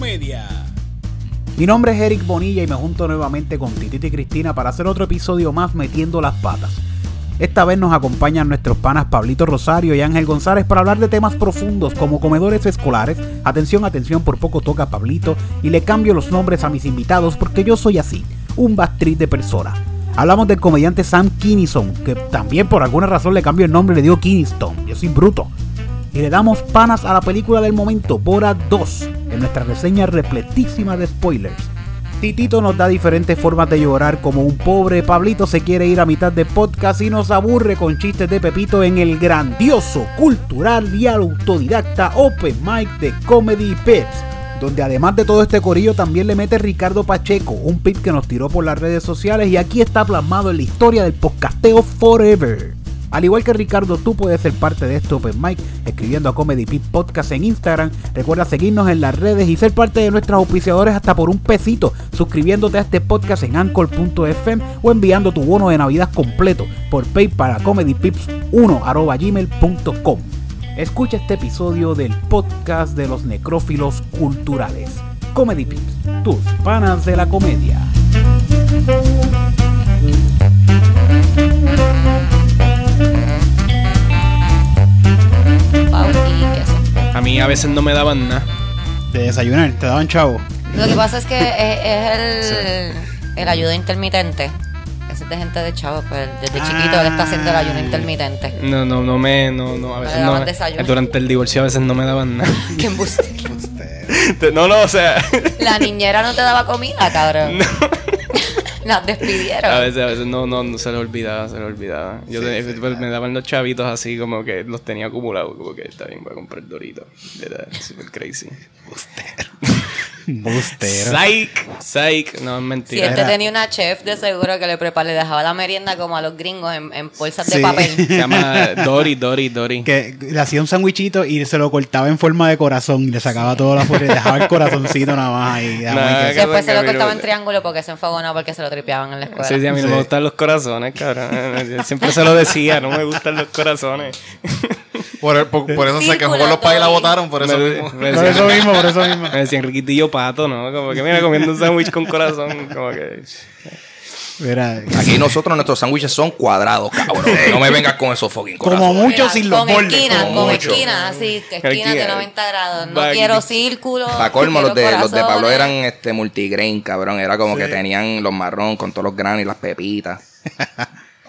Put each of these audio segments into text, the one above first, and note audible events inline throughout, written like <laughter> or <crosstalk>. Media. Mi nombre es Eric Bonilla y me junto nuevamente con Tititi y Cristina para hacer otro episodio más metiendo las patas. Esta vez nos acompañan nuestros panas Pablito Rosario y Ángel González para hablar de temas profundos como comedores escolares. Atención, atención, por poco toca a Pablito y le cambio los nombres a mis invitados porque yo soy así, un bastriz de persona. Hablamos del comediante Sam Kinison, que también por alguna razón le cambio el nombre y le digo Kiniston. Yo soy bruto y le damos panas a la película del momento, Bora 2, en nuestra reseña repletísima de spoilers. Titito nos da diferentes formas de llorar, como un pobre Pablito se quiere ir a mitad de podcast y nos aburre con chistes de Pepito en el grandioso, cultural y autodidacta Open Mic de Comedy Pips, donde además de todo este corillo también le mete Ricardo Pacheco, un pip que nos tiró por las redes sociales y aquí está plasmado en la historia del podcasteo Forever. Al igual que Ricardo, tú puedes ser parte de este Open Mic escribiendo a Comedy Pit Podcast en Instagram. Recuerda seguirnos en las redes y ser parte de nuestros auspiciadores hasta por un pesito, suscribiéndote a este podcast en anchor.fm o enviando tu bono de Navidad completo por PayPal a comedypips1@gmail.com. Escucha este episodio del podcast de los necrófilos culturales. Comedy Pips, tus panas de la comedia. Pau y queso. A mí a veces no me daban nada. De desayunar, te daban chavo. Lo que pasa es que es, es el, el ayuno intermitente. Ese es de gente de chavo, pues desde chiquito él está haciendo el ayuno <laughs> intermitente. No, no, no me, no, no, a veces le daban no. desayuno. Durante el divorcio a veces no me daban nada. <laughs> Qué embuste. Te- no, no, o sea, La niñera no te daba comida, cabrón. no. <laughs> Las a despidieron. veces, a veces no, no, no, se le olvidaba, se le olvidaba. Yo tenía- pues, me daban los chavitos así como que los tenía acumulados, como que está bien, voy a comprar Doritos. Era super crazy. Bustero. Psych, psych, no es Si mentira. este Era- tenía una chef de seguro que le prepara, le dejaba la merienda como a los gringos en, en bolsas de Sí. papel. <laughs> Se llama Dory, Dory, Dory. Que le hacía un sandwichito y se lo cortaba en forma de corazón y le sacaba toda la fuerza y dejaba el corazoncito nada más ahí. dejaba Nah, ahí que- que- Después se lo mira, cortaba en mira. triángulo porque se enfogonó porque se lo tripeaban en la escuela. Sí, sí, a mí no Sí. me gustan los corazones, cabrón. Yo Siempre se lo decía, no me gustan los corazones. Por, por- por eso se quejó Círculo, con los pais y la Tony. votaron, por eso Me- mismo. me Por decían- eso mismo, por eso mismo. Me decían riquitillo pato, ¿no? Como que mira, comiendo un sándwich con corazón, como que... Mira, Aquí nosotros, nuestros sándwiches son cuadrados, cabrón. No me vengas con esos fucking corazones. como mucho Mira, sin los con bordes. esquinas, como con mucho. esquinas, así, esquinas de Cualquiera. 90 grados. No Va- quiero círculos. Para colmo, los de, los de Pablo eran este multigrain, cabrón. Era como que tenían los marrón con todos los granos y <laughs> las pepitas.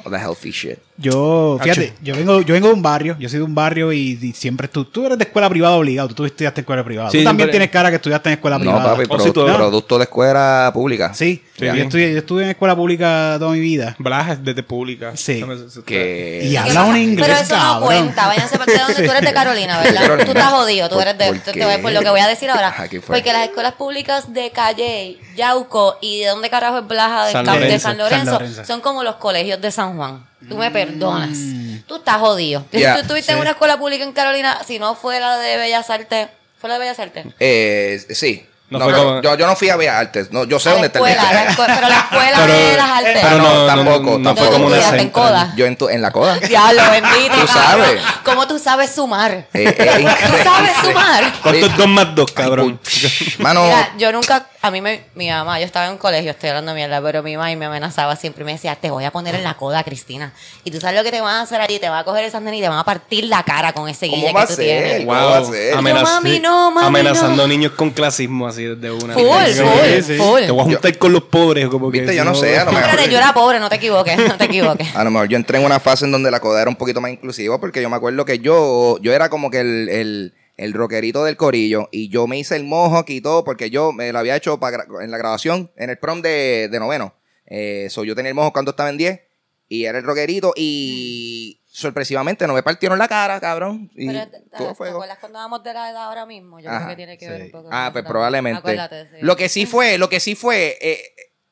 All the healthy shit. Yo, fíjate, Achu. yo vengo, yo vengo de un barrio, yo soy de un barrio y, y siempre tú, tú eres de escuela privada obligado, tú, estudiaste en escuela privada. Sí, tú también siempre- tienes cara que estudiaste en escuela No, privada. papi, O produ- si tú- producto de escuela pública. Sí, Sí. yo, estudié, yo estuve en escuela pública toda mi vida. Blajas desde pública. Sí. Que. Y habla un inglés, Pero eso no cabrón. cuenta. Váyanse para donde tú eres de Carolina, ¿verdad? Pero- tú estás jodido. Tú ¿Por- eres de. por te- te qué? voy- por lo que voy a decir ahora. Aquí fue. Porque las escuelas públicas de Calle, Yauco y de dónde carajo es Blaja de San Cam- de Lorenzo. San Lorenzo, San Lorenzo. son como los colegios de San Juan. Tú me perdonas. Tú estás jodido. <laughs> Ya, tú estuviste en una escuela pública en Carolina, si no fue la de Bellas Artes. ¿Fue la de Bellas Artes? Eh, sí. No No, fue pero como- yo, yo no fui a Bellas Artes. No, yo sé La dónde está el escuela, la disco. escuela- pero la <laughs> escuela de las artes. Ah, Pero no, no, tampoco. no, no tampoco. fue como una Estudiaste en central. coda. Yo en, tu- en la coda. Diablo, bendito. Tú cabrón. sabes. ¿Cómo tú sabes sumar? Eh, eh, ¿Tú sabes sumar? ¿Cuántos dos más dos, Ay, cabrón? puch. Mano, Mira, yo nunca, a mí me, mi mamá, yo estaba en un colegio, estoy hablando mierda, pero mi mamá me amenazaba siempre y me decía, te voy a poner en la coda, Cristina. Y tú sabes lo que te van a hacer a ti, te van a coger el sandén y te van a partir la cara con ese guille ¿cómo que va a tú tienes. ser? ¿Cómo va a ser? amenaz- No, mami, no, mami, Amenazando no. a niños con clasismo así desde una. Full, Como que, full, full. Te voy a juntar con los pobres, como que. Viste, yo no si <laughs> sé, a lo mejor- Espérate, yo era pobre, no te equivoques, no te <laughs> equivoques. A lo mejor yo entré en una fase en donde la coda era un poquito más inclusiva, porque yo me acuerdo que yo, yo era como que el, el, el rockerito del corillo, y yo me hice el mojo y todo, porque yo me lo había hecho pa gra- en la grabación, en el prom de, de noveno. Eh, so, yo tenía el mojo cuando estaba en 10, y era el rockerito, y sorpresivamente no me partieron la cara, cabrón. Y Pero, ¿te- todo ¿te fuego. acuerdas cuando vamos de la edad ahora mismo? Yo Ajá, creo que tiene que ver un poco con Ah, eso pues también. probablemente. Acuérdate, sí. Lo que sí fue, lo que sí fue, eh,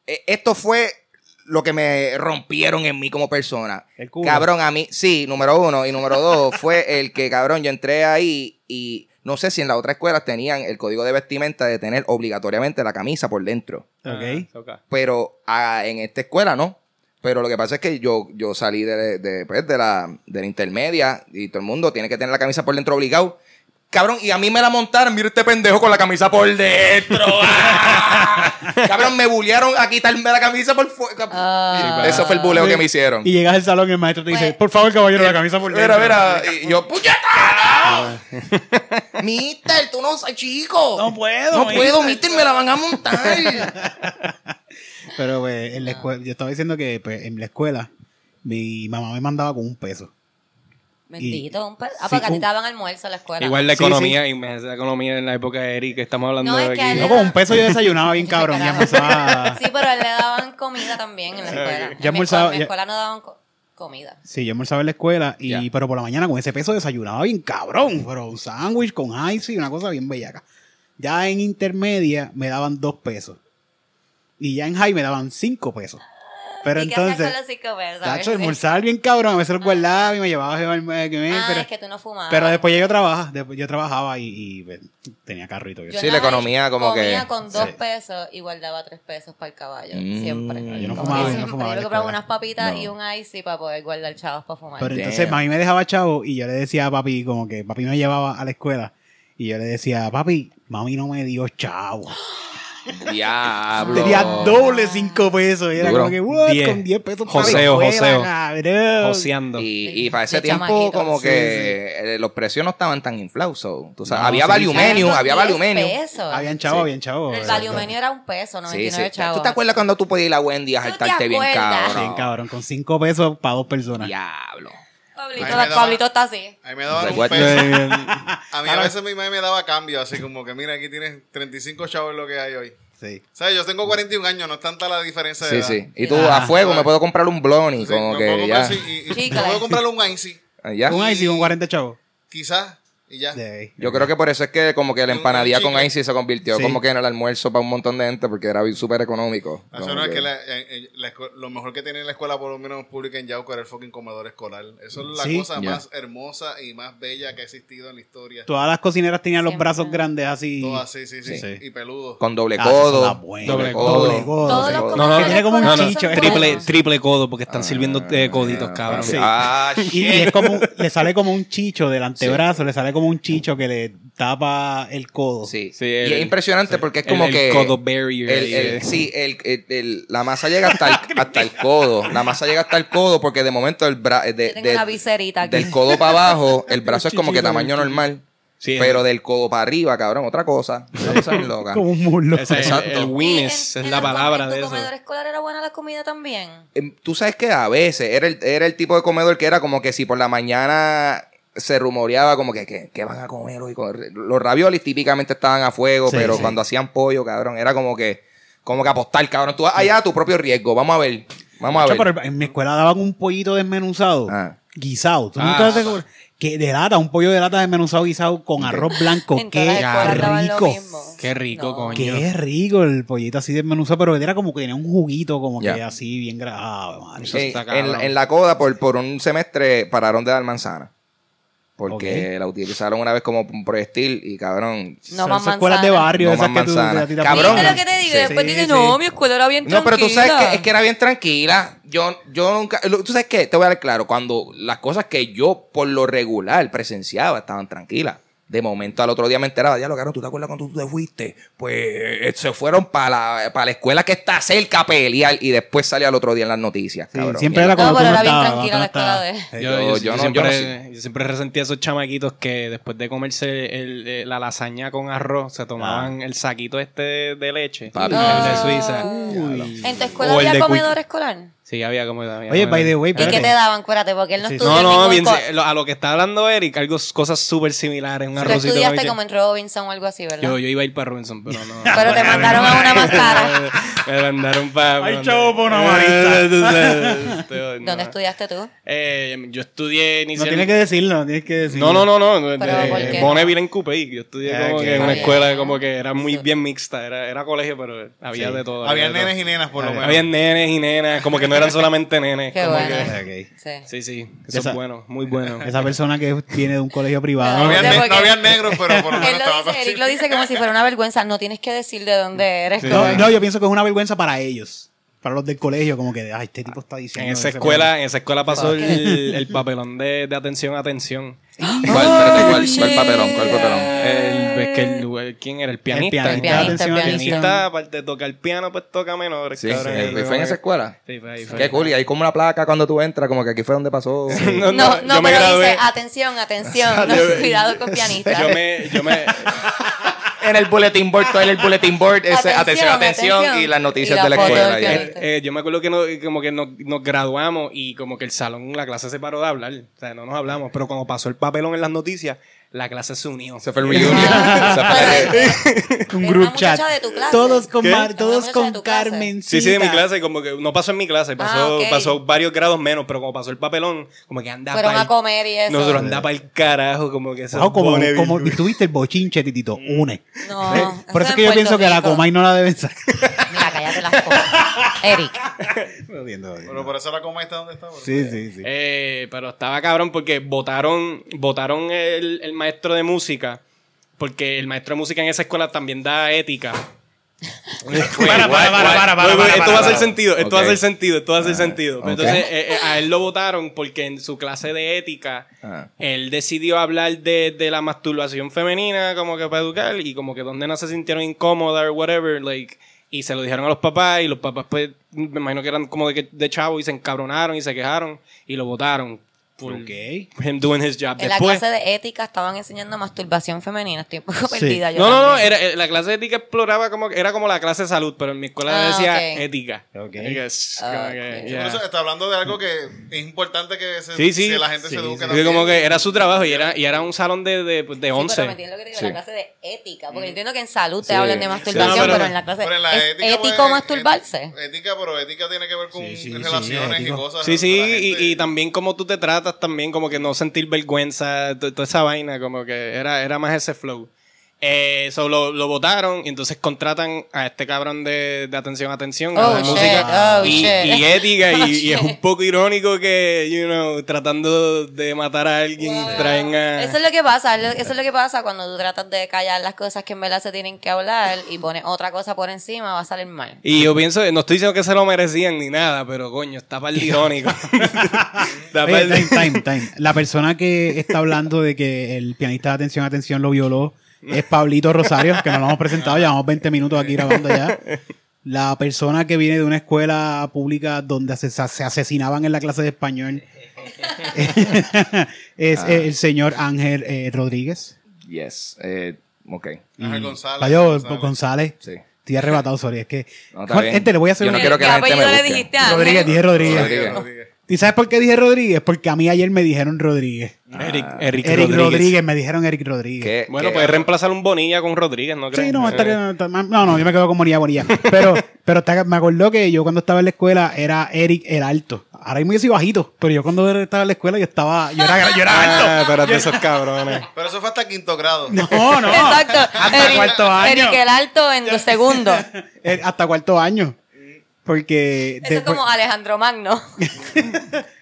eh, esto fue lo que me rompieron en mí como persona. El culo. Cabrón, a mí, sí, número uno. Y número dos <laughs> fue el que, cabrón, yo entré ahí y no sé si en la otra escuela tenían el código de vestimenta de tener obligatoriamente la camisa por dentro. Ah. Ok. Pero ah, en esta escuela no. Pero lo que pasa es que yo, yo salí de, de, pues, de la, de la intermedia y todo el mundo tiene que tener la camisa por dentro obligado. Cabrón, y a mí me la montaron. Mira este pendejo con la camisa por <laughs> dentro. <laughs> ¡Ah! Cabrón, me bullearon a quitarme la camisa por fuera. Ah. pues, Eso fue el buleo que me hicieron. Eh, Y llegas al salón y el maestro te dice, Pues- por favor, caballero, la camisa por dentro. Mira, mira. Y yo, ¡puñeta! Mister, tú no sabes, chico. No puedo, eh. No mister. puedo, Mister, me la van <laughs> a montar. Pero pues, en la escuela, yo estaba diciendo que pues, en la escuela mi mamá me mandaba con un peso. Bendito, un pedo. Ah, Sí, porque a ti un- te daban almuerzo a la escuela. Igual la Sí, economía, y me- la economía en la época de Eric, que estamos hablando No, es de que aquí. él- No, con un peso yo desayunaba <laughs> bien cabrón. Ya Carajo. empezaba... <laughs> Sí, pero le daban comida también en la escuela. En mi almorzaba- escuela- En ya- mi escuela no daban co- comida. Sí, yo almorzaba en la escuela, y, Ya. pero por la mañana con ese peso desayunaba bien cabrón. Pero un sándwich con ice y una cosa bien bellaca. Ya en intermedia me daban dos pesos. Y ya en high me daban cinco pesos. Pero ¿Y qué hacías entonces, con los cinco pesos? tacho, Sí. almorzar bien cabrón. A veces los guardaba y me llevaba a llevarme que me- Ah, pero, es que tú no fumabas. pero después ya yo trabajaba, después yo trabajaba y, y, pues, tenía carro y todo. Yo Sí, la nada, economía como que- comía con dos Sí. pesos y guardaba tres pesos para el caballo. Mm. siempre. Yo no Como fumaba, que yo no siempre. fumaba en Yo la compraba escuela. unas papitas No. y un icy para poder guardar chavos para fumar. Pero Damn. entonces mami me dejaba chavo y yo le decía a papi, como que papi me llevaba a la escuela y yo le decía, papi, mami no me dio chavo. Diablo. Tenía doble cinco pesos. Y era Duro. como que, what, Diez. con diez pesos. para la Joseo, escuela, joseo. cabrón. Joseando. Y, y para ese De tiempo, chamaquito. como Sí, que eh, los precios no estaban tan inflados. so, tú sabes, No, había sí, value sí. menu, Eran había dos- value diez menu. pesos. Habían chavo, habían chavo. El ¿verdad? value menu era un peso, Sí, 99 sí. chavos. ¿Tú te acuerdas cuando tú podías ir a Wendy a ¿Tú te saltarte bien acuerdas? cabrón? Bien, cabrón, con cinco pesos para dos personas. Diablo. Pablito, Ay, me daba- Pablito está así. A mí me daban un Recuerdo. peso. <laughs> A mí a veces mi mamá me daba cambio, así como que mira, aquí tienes 35 chavos lo que hay hoy. Sí. ¿Sabes? Yo tengo 41 años, no es tanta la diferencia de Sí, edad. sí. Y tú Ah. a fuego me puedo comprar un blonny, Sí, como me puedo que comprar, ya. ah, sí, y- y- Chicle. me puedo comprar un Ainsi, ya. Un icy con 40 chavos. quizás, y ya. De- Yo creo que por eso es que como que la Un- un empanadilla con chicle. Ainsi se convirtió Sí. como que en el almuerzo para un montón de gente porque era súper económico. Nacho, Como no, es que- que la- eh, eh, la escu- lo mejor que tiene la escuela, por lo menos pública en Yauco, era el fucking comedor escolar. Eso es la Sí. cosa Ya. más hermosa y más bella que ha existido en la historia. Todas las cocineras tenían los Siempre. brazos grandes así. Todo así, sí, sí, Sí. Y peludo. Con doble Ah, codo. esa es la buena. Doble Doble codo. Todos sí. los No, Ah, no, comedores que tiene como un escolares son chicho, buenos. Triple, triple codo, porque están sirviendo eh, coditos, Ah, cabrón. sí. Ah, Ah, Y, y es como, le sale como un chicho del antebrazo, le sale como un chicho que le tapa el codo. Sí. Sí, y el- es impresionante porque es como el- el que. codo barrier, el- el- eh. sí, el- el- el- la masa llega <laughs> hasta el, hasta el codo. La masa llega hasta el codo porque de momento el bra- de- Yo tengo de- una viserita aquí. del codo para abajo, <laughs> el brazo es como que tamaño normal. Sí, eh. pero es- del codo para arriba, cabrón, otra cosa. Esa cosa es loca. Como un muslo. ese es Exacto. el Sí, winness, en- es en la el com- palabra en tu de eso. comedor escolar era buena la comida también? Em, Tú sabes que a veces era el, era el tipo de comedor que era como que si por la mañana se rumoreaba como que ¿qué, qué van a comer hoy? Los raviolis típicamente estaban a fuego, Sí, pero sí. cuando hacían pollo, cabrón, era como que como que apostar, cabrón. Tú vas allá a tu propio riesgo. Vamos a ver. Vamos a Chacho, ver. pero en mi escuela daban un pollito desmenuzado, Ah. guisado. ¿Tú Ah, nunca te sí. acuerdas? Que de lata, un pollo de lata desmenuzado guisado con arroz blanco. En todas las Qué escuelas daban lo rico. mismo. Qué rico, No. coño. Qué rico el pollito así desmenuzado, pero era como que tenía un juguito como que Ya. así bien gra- Ah, madre. Eso En, está en- cabrón. en la coda, por, por un semestre, pararon de dar manzana. Porque Ok. la utilizaron una vez como un proyectil y, cabrón, No Son- más son escuelas de manzana. barrio No esas más que tú manzana. a ti te Cabrón. aplican. ¿Viste lo que te digo? Sí, Después dices, sí. no, mi escuela era bien No, pero tú sabes tranquila. que es que era bien tranquila. Yo, yo nunca. lo- Tú sabes que te voy a dar claro. Cuando las cosas que yo por lo regular presenciaba estaban tranquilas. De momento al otro día me enteraba, ya lo cabrón, ¿tú te acuerdas cuando tú te fuiste? Pues eh, se fueron para la, pa' la escuela que está cerca a pelear y después sale al otro día en las noticias. Sí, cabrón. siempre era No, pero como tú era bien estabas, tranquila tú la estabas. escuela de- Eh, Yo, yo- Yo- yo no- yo no siempre, yo siempre resentía a esos chamaquitos que después de comerse el- el- la lasaña con arroz se tomaban el saquito este de, de leche, Papi. el de Ah. Suiza. ¿En tu escuela O el había de comedor escolar? Sí, había como había Oye, comedor. by the way, ¿Y qué espérate. te daban? Acuérdate, porque él no Sí, sí. estudió No, en no, ningún bien, co- se- lo- a lo que está hablando Eric, algo, cosas súper similares, un Tú arrocito. con estudiaste leche. como en Robinson o algo así, ¿verdad? yo, yo iba a ir para Robinson, pero no. Pero te mandaron a una más cara. me mandaron para... Ay, chavo, pa' una <laughs> varita. <laughs> ¿Dónde estudiaste tú? Eh, yo estudié No inicialmente... tienes que decirlo, tienes que decirlo. No, no, no, no. de- Pero, de- ¿por qué? Bonneville en Coupey. Yo estudié Ah, como ok. que en Ah, una ya. escuela como que era muy bien mixta. Era, era colegio, pero había Sí. de todo. Había de todo. nenes y nenas, por lo menos. Había nenes y nenas. Como que no <laughs> eran solamente nenes. Qué como bueno. que- Ok. Sí. Sí, sí. Eso Esa- es bueno. Muy bueno. Esa persona que viene de un colegio privado. No había, O sea, ne- no porque- había negros, pero <laughs> por lo menos Él estaba lo dice, fácil. Eric lo dice como si fuera una vergüenza. No tienes que decir de dónde eres. No, como- no, yo pienso que es una vergüenza para ellos. para los del colegio, como que, ay, este tipo está diciendo. En esa ese escuela, en esa escuela <laughs> pasó el, el papelón de, de atención a atención. ¿Cuál, espérate, cuál, cuál papelón? ¿Cuál papelón? El, es que el- ¿Quién era? El pianista. El pianista, Eh, El el pianista. pianista, aparte de tocar piano, pues toca menores. Sí, cabrón. sí, ¿Fue en esa escuela? Sí, fue ahí, fue Qué ahí. cool, y hay como una placa cuando tú entras, como que aquí fue donde pasó. <laughs> No, No, no, no, yo me pero gradué. dice, atención, <laughs> atención, no, cuidado con pianistas. Yo me, yo <laughs> me, en el bulletin board, todo en el bulletin board, ese, Atención, atención, atención, atención. y las noticias Y la de la foto escuela. del ya. pianista. Eh, eh, yo me acuerdo que no- como que nos, nos graduamos y como que el salón, la clase se paró de hablar. O sea, no nos hablamos. Pero cuando pasó el papelón en las noticias, la clase se unió. Se fue <laughs> el reunion. Se fue el- Un Una group muchacha chat. de tu clase. Todos con, ¿Qué? Mar- Una todos muchacha con de tu clase. Carmen. Sí, sí, de mi clase, como que no pasó en mi clase, pasó, Ah, ok. pasó varios grados menos, pero como pasó el papelón, como que andaba Fueron a comer y eso. Nosotros andaba para el carajo, como que se Wow, como, como tuviste el bochinche, Titito. Une. No, ¿Eh? eso Por en eso es que yo Puerto pienso que la Rico. coma y no la deben sacar. Mira, cállate las <laughs> cosas. Eric. Pero por eso la coma está donde está. bro. Sí, sí, sí. Eh, pero estaba cabrón porque votaron, votaron el, el maestro de música, porque el maestro de música en esa escuela también da ética. para, para, Ah, para, para, para, Oye, oye, esto va a para, hacer para. sentido, esto va a Ok. Ah, hacer sentido, esto va a hacer sentido. ok. Entonces, eh, eh, a él lo votaron porque en su clase de ética, Ah. él decidió hablar de, de la masturbación femenina, como que para educar, y como que donde no se sintieron incómodas o whatever, like, y se lo dijeron a los papás, y los papás, pues, me imagino que eran como de, que- de chavo, y se encabronaron y se quejaron, y lo votaron. Por Ok. Him doing his job. En la Después. clase de ética estaban enseñando masturbación femenina. Estoy un poco Sí. perdida. Yo No, no, no, también. era, eh, la clase de ética exploraba como, era como la clase de salud, pero en mi escuela Ah, decía ok. ética. Ok. I guess, Ah, como ok. que, Sí, yeah. por eso está hablando de algo que es importante que, se, Sí, sí. que la gente Sí, se eduque sí. también. Como que era su trabajo y era, y era un salón de, de, pues, de Sí, 11. pero me entiendo lo que te digo, Sí. la clase de ética. Porque yo entiendo que en salud te Sí. hablan de Sí. masturbación, Mm. No, pero, pero- en la clase. Pero en la ¿Es ética, ético pues, es- masturbarse? es- Ética, pero ética tiene que ver con sí, relaciones sí, y ético. cosas. Sí, sí, de la y, gente. y también cómo tú te tratas, también como que no sentir vergüenza, to- toda esa vaina, como que era, era más ese flow. Eh, so lo, lo votaron y entonces contratan a este cabrón de, de atención, atención, Oh, de shit, oh, y, shit. y ética, <laughs> Oh, y, y shit. es un poco irónico que, you know, tratando de matar a alguien, traen a... Eso es lo que pasa, es lo- eso es lo que pasa cuando tú tratas de callar las cosas que en verdad se tienen que hablar y pones otra cosa por encima, va a salir mal. Y yo pienso, no estoy diciendo que se lo merecían ni nada, pero coño, está pal de irónico. <laughs> está Oye, pal de- time, time, time. La persona que está hablando de que el pianista de atención, atención lo violó es Pablito Rosario, que nos lo hemos presentado, llevamos 20 minutos aquí grabando ya. La persona que viene de una escuela pública donde se, se asesinaban en la clase de español <laughs> es Ah. eh, el señor Ángel eh, Rodríguez. Yes. Eh, ok. Mm. Ángel González. Vaya, González. González. Sí. Estoy arrebatado, sorry. Es que. No, está bien. Gente, le voy a hacer Yo no una- quiero que ¿Qué la gente me apellido le busque. dijiste a Rodríguez, dije Rodríguez. Rodríguez. Rodríguez. ¿Y sabes por qué dije Rodríguez? Porque a mí ayer me dijeron Rodríguez. Eric, Ah. Eric Ah. Eric Rodríguez. Rodríguez. me dijeron Eric Rodríguez. ¿Qué- Bueno, qué- pues reemplazar un Bonilla con Rodríguez, ¿no crees? Sí, no, estaría- no, no, yo me quedo con Bonilla Bonilla. <laughs> Pero, pero está- me acordó que yo cuando estaba en la escuela era Eric el alto. Ahora mismo yo soy bajito, pero yo cuando estaba en la escuela yo estaba, yo era, yo era <laughs> alto. Ah, espérate, esos cabrones. Pero eso fue hasta quinto grado. No, no. Exacto. Hasta cuarto año. Eric el alto en los segundos. <laughs> <laughs> Eh, Hasta cuarto año. Porque, Eso es después- como Alejandro <laughs> Magno.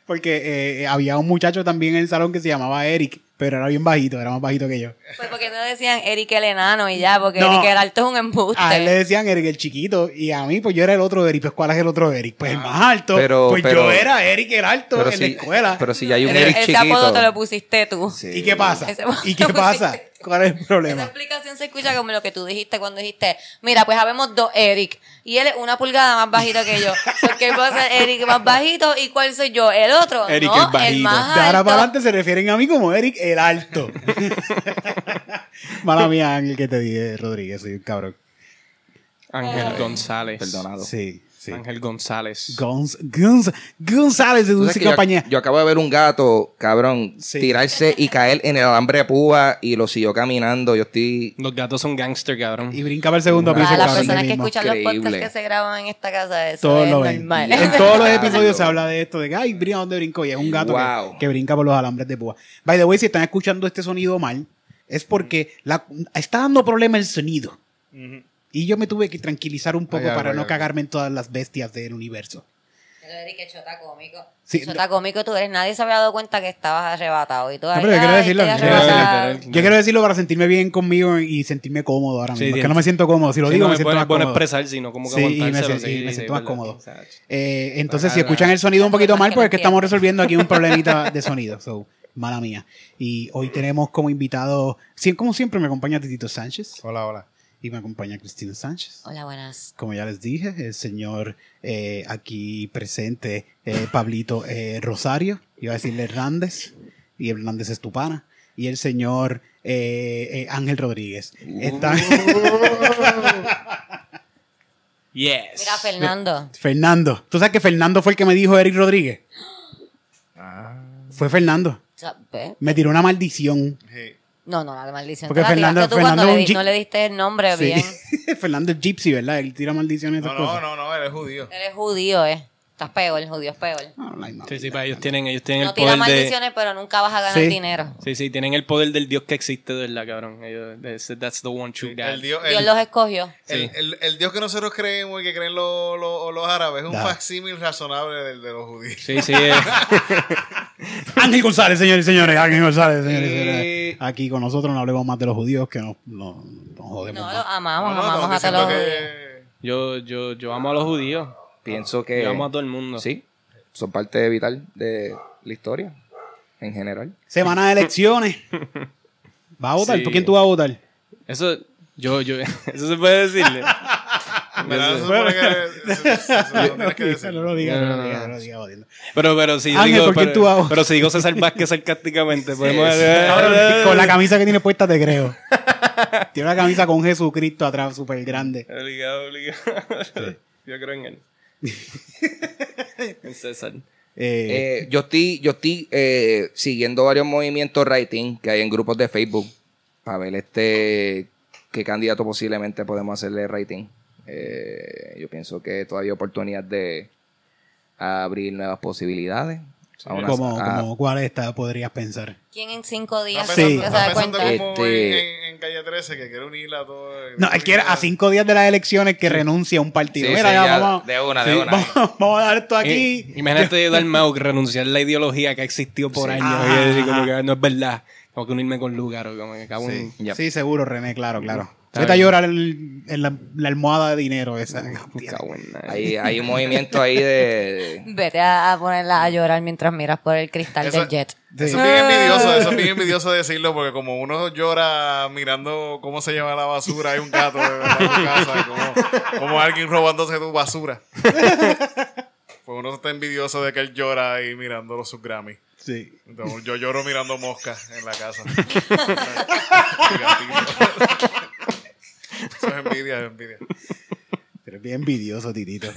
porque eh, había un muchacho también en el salón que se llamaba Eric, pero era bien bajito, era más bajito que yo. Pues porque no decían Eric el enano y ya, porque No. Eric el alto es un embuste. A él le decían Eric el chiquito y a mí pues yo era el otro Eric. Pues ¿cuál es el otro Eric? Pues el más alto. Pero- pues yo pero- era Eric el alto pero en si- la escuela. Pero si ya hay un Ese- Eric ese chiquito. apodo te lo pusiste tú. Sí. ¿Y qué pasa? Ese- <laughs> ¿Y qué pasa? ¿Cuál es el Esa problema? explicación se escucha como lo que tú dijiste cuando dijiste, mira, pues habemos dos Eric. Y él es una pulgada más bajito que <laughs> yo. So, ¿Qué pasa Eric más bajito? ¿Y cuál soy yo? El otro. Eric no, el bajito. más De ahora alto. para adelante se refieren a mí como Eric el <laughs> alto. Mala mía, Ángel, que te dije, Rodríguez, soy un cabrón. Ángel González. Perdonado. Sí, sí. Ángel González. Guns, Guns, González de Tú sabes Dulce que yo- Compañía. Yo, acabo de ver un gato, cabrón, Sí. tirarse y caer en el alambre de púa y lo siguió caminando. Yo estoy. Los gatos son gangster, cabrón. Y brincaba el segundo piso. Para las cabrón, personas ahí que mismo. escuchan los podcasts Increíble. que se graban en esta casa, eso Todos es lo ven. normal. <laughs> En todos los episodios Diablo. se habla de esto, de que, ay, mira dónde brincó. Y es un gato que- que, Wow. brinca por los alambres de púa. By the way, si están escuchando este sonido mal, es porque la, está dando problema el sonido. Y yo me tuve que tranquilizar un poco Hay algo, para hay no algo. cagarme en todas las bestias del universo. Eric, qué chota cómico. Sí, chota cómico tú eres. Nadie se había dado cuenta que estabas arrebatado. Y tú ahí, pero yo quiero "Ay, decirlo, estoy yo quiero arrebatado". decirlo, literal. Yo quiero decirlo para sentirme bien conmigo y sentirme cómodo ahora Sí, mismo. es que sí. no me siento cómodo. Si lo digo, no, me es siento bueno, más es bueno cómodo. expresar, sino como que Sí, y me aguantárselo. sien- y me siento más cómodo. verdad. Eh, entonces, Ah, si escuchan el sonido un poquito mal, pues es que Entiendo. estamos resolviendo aquí un problemita de sonido. So, mala mía. Y hoy tenemos como invitado, sí, como siempre, me acompaña Titito Sánchez Hola, hola. y me acompaña Cristina Sánchez. Hola, buenas. Como ya les dije, el señor eh, aquí presente, eh, Pablito eh, Rosario, iba a decirle Hernández, y Hernández es tu pana, y el señor eh, eh, Ángel Rodríguez. Están- Uh. Yes. Mira, Fernando. Fernando. ¿Tú sabes que Fernando fue el que me dijo Eric Rodríguez? Fue Fernando. O sea, ¿ve? Me tiró una maldición. Sí. No, no, la maldición. Porque te la Fernando- tiraste tú cuando Fernando es le un di- gi- no le diste el nombre Sí. bien. <laughs> Fernando es gypsy, ¿verdad? Él tira maldiciones y esas No, cosas. no, no, no, eres judío. Eres judío, ¿eh? Estás peor, el judío es peor. Ah, la misma Sí, sí, mierda. pa, ellos tienen, ellos tienen No el tira poder de... maldiciones, pero nunca vas a ganar Sí. dinero. Sí, sí, tienen el poder del Dios que existe, de verdad, cabrón. Ellos, that's- that's the one true God. El dios, Dios el, los escogió. el- Sí. el- el dios que nosotros creemos y que creen los, los, los árabes es un Da. facsímil razonable del de los judíos. Sí, sí, <laughs> eh. Ángel González, señores y señores. Ángel González, señores y señores. Eh. Aquí con nosotros no hablemos más de los judíos que nos, no- nos jodemos. No, más. los amamos, No, no, amamos a estamos todos los diciendo judíos. que- yo, yo, yo amo a los judíos. Pienso que. Yo amo a todo el mundo. Sí, son parte vital de la historia en general. Semana de elecciones. ¿Vas a votar? Sí. ¿Por quién tú vas a votar? Eso, yo, yo, <laughs> eso se <laughs> puede decirle. Me la- se supone que- <laughs> se- se- se- no tienes que decir. No lo digas, No, no no, lo no. digas, no lo digas, jodiendo. Pero, pero si Ángel, digo, ¿por qué pero, tú hago? pero si <laughs> digo César Vázquez sarcásticamente, podemos... Cabrón, Con la camisa que tiene puesta te creo. Tiene una camisa con Jesucristo atrás, súper grande. Obligado, obligado. Yo <laughs> creo en él. en César. Eh, Eh, yo estoy, yo estoy eh, siguiendo varios movimientos writing que hay en grupos de Facebook para ver este qué candidato posiblemente podemos hacerle writing. Eh, yo pienso que todavía hay oportunidad de abrir nuevas posibilidades. ah, A una- como, a- como cuál esta podrías pensar. eh, ¿Quién en cinco días Está <laughs> Sí. pensando, se está da pensando cuenta? como en, Este- en- en Calle 13 que quiere unirla a todo. No, él quiere a cinco días de las elecciones que renuncie a un Sí, partido. sí, Mira, ya, ya, vamos, de una, de sí, <laughs> una. vamos- vamos a dar esto aquí. I- Eh, Imagínate Dalmau que renunciar a la ideología que ha existido por años. Ajá, y decir como ajá. que "Ah, no es verdad. Tengo que unirme con Lugar o como que acabo Sí, Ya. sí, seguro, René, claro, claro. Está Vete a bien. llorar en, en la, la almohada de dinero <laughs> esa. un... Cago en nada. eh, Hay, hay un movimiento <laughs> ahí de... Vete a, a ponerla a llorar mientras miras por el cristal Eso- del jet. Eso es bien envidioso, eso es bien envidioso decirlo porque como uno llora mirando cómo se lleva la basura, hay un gato de verdad en tu casa, como, como alguien robándose tu <laughs> basura. Pues uno está envidioso de que él llora ahí mirando los sus Grammy. Sí. Entonces, yo lloro mirando moscas en la casa. Gatito. Eso es envidia, es envidia. Pero es bien envidioso, Titito.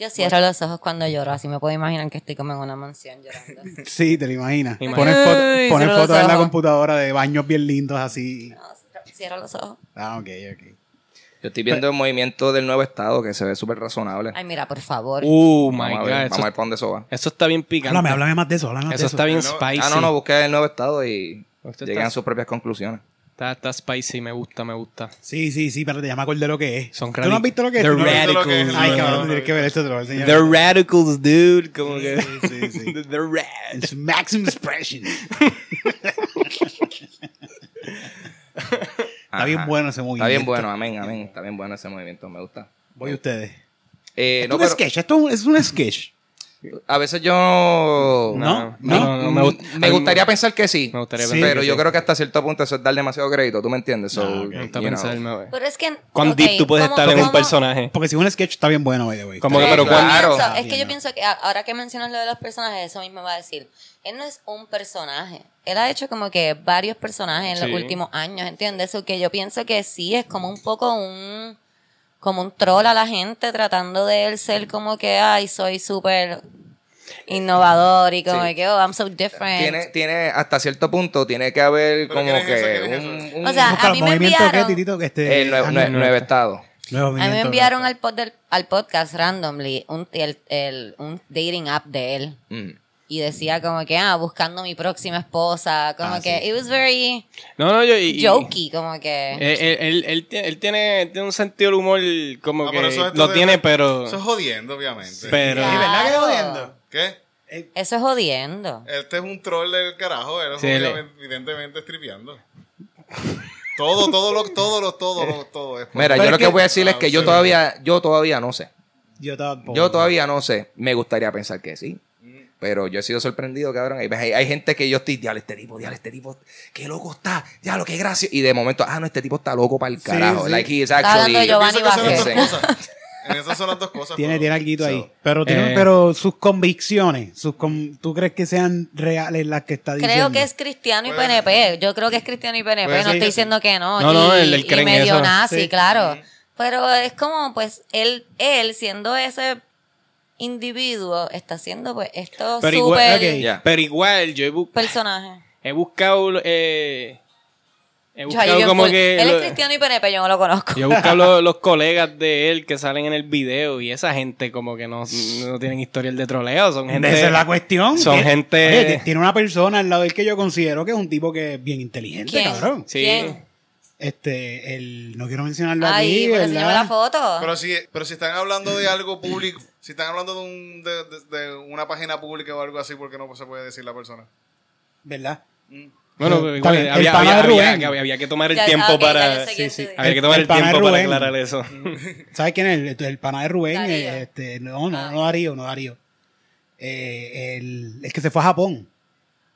Yo cierro los ojos cuando lloro, así me puedo imaginar que estoy como en una mansión llorando. <laughs> Sí, te lo imaginas. Imagina. Pones foto- Ay, cierra pones los fotos en la ojos. computadora de baños bien lindos así. No, cierro- cierro los ojos. Ah, ok, ok. Yo estoy viendo el movimiento del nuevo estado que se ve súper razonable. Ay, mira, por favor. Uh, my vamos, a God. ver, vamos eso, a ver para dónde eso va. eso está bien picante. Háblame, háblame más de eso, háblame más eso de eso. está bien No, spicy. Ah, no, no, busqué el nuevo estado y Usted llegué está- a sus propias conclusiones. Está, está spicy, me gusta, me gusta. Sí, sí, sí, espérate, ya me acordé lo que es. Son ¿Tú no has radic- visto lo que es? The ¿Tú no has visto lo que es? Radicals. Ay, No, cabrón, no, tienes que ver esto, te lo voy a enseñar. The Radicals, dude. Como que. Sí, sí, sí. <laughs> The Rad. It's maximum expression. Está bien Ajá. bueno ese Está movimiento. bien bueno, amén, amén. Está bien bueno ese movimiento, me gusta. Voy ustedes. Eh, es no, un pero sketch, esto es un- es un sketch. a veces yo... No, No, no, no, me gusta. Me gustaría pensar que sí. Me gustaría Sí. pensar. Pero que yo sí. creo que hasta cierto punto eso es dar demasiado crédito, ¿tú me entiendes? So, Ah, ok. Me gusta you know. pensar, me voy. Pero es que. ¿Cuán ok, deep tú puedes ¿cómo- estar en un cómo- personaje? Porque si es un sketch está bien bueno, by the way. Como que, Eh, pero yo ¿cuán- claro. pienso- es Bien, que yo ¿no? pienso que a- ahora que mencionas lo de los personajes, eso mismo va a decir. Él no es un personaje. Él ha hecho como que varios personajes en Sí. los últimos años, ¿entiendes? Eso que yo pienso que sí es como un poco un. Como un troll a la gente tratando de él ser como que, ay, soy súper innovador y como Sí. que, oh, I'm so different. Tiene, tiene, hasta cierto punto tiene que haber ¿Pero como quién es eso? que ¿Quién es un, eso? un- O sea, Busca a los mí me movimientos, enviaron- ¿qué, Titito? Este, Eh, el nuevo, ah, nue- no, nuevo estado. nuevo A mí me movimiento, enviaron claro. al, pod del- al podcast randomly un, el, el- un dating app de él. Mm. y decía como que, ah, buscando mi próxima esposa, como que, it was very No, no, yo. y- y- jokey, como que... Eh, Él, él- él tiene, él tiene- tiene un sentido del humor como Ah, que pero eso es- lo tiene, pero... Eso es jodiendo, obviamente. pero Claro. ¿Verdad que jodiendo? ¿Qué? Eso es jodiendo. Este es un troll del carajo, él es Sí, él es- obviamente- evidentemente estripeando. todo, todo, lo, todo, lo, todo, lo, todo. Es Mira, Pero yo es lo que que- voy a decir es que yo Ah, todavía, yo todavía no sé. Yo tampoco. Yo todavía no sé. Me gustaría pensar que sí. Mm. Pero yo he sido sorprendido, cabrón. Hay, hay- hay gente que yo estoy, diablo, este tipo, diablo, este tipo, qué loco está, diablo, qué gracioso. Y de momento, ah, no, este tipo está loco para el carajo. sí. Like, he's Está hablando actually- de Giovanni Pienso que son las Vázquez. dos cosas. En esas son las dos cosas. Tiene, pero- tiene algo ahí. So, Pero, tiene- Eh. pero sus convicciones, sus con- ¿tú crees que sean reales las que está diciendo? Creo que es cristiano y Puede ser. PNP. Yo creo que es cristiano y PNP. Puede no ser estoy que sí. diciendo que no. No, no, y, él- él y cree en medio eso. nazi, Sí. claro. Pero es como, pues, él, él siendo ese individuo, está haciendo, pues, esto Pero súper igual, ok, ya. pero igual, yo he, bu- personaje. he buscado... eh, he Yo ahí buscado bien como full. que... Él lo- es cristiano y PNP, yo no lo conozco. yo he buscado lo- los, colegas de él que salen en el video y esa gente como que no, no tienen historial de troleo, son gente... Esa es la cuestión. Son Que- gente- Oye, t- tiene una persona al lado del que yo considero que es un tipo que es bien inteligente, ¿Quién? cabrón. Sí. ¿Quién? Este, el, no quiero mencionarlo Ay, aquí, pues, ¿verdad? enséñame la foto. Pero si, pero si están hablando de algo público, si están hablando de, un, de, de- de una página pública o algo así, porque no se puede decir la persona? ¿Verdad? Está Bueno, pero igual, bien, el había, pana había- de Rubén. había que, había que tomar el Ya, tiempo ah, ok, ya para... yo sé sí, quién sí, tú había que dices. tomar El el pana de tiempo para Rubén. aclarar eso. ¿Sabes quién es? El, el pana de Rubén. Darío. eh, Este, no, no, Ah. no Darío, no Darío. Eh, el, el que se fue a Japón.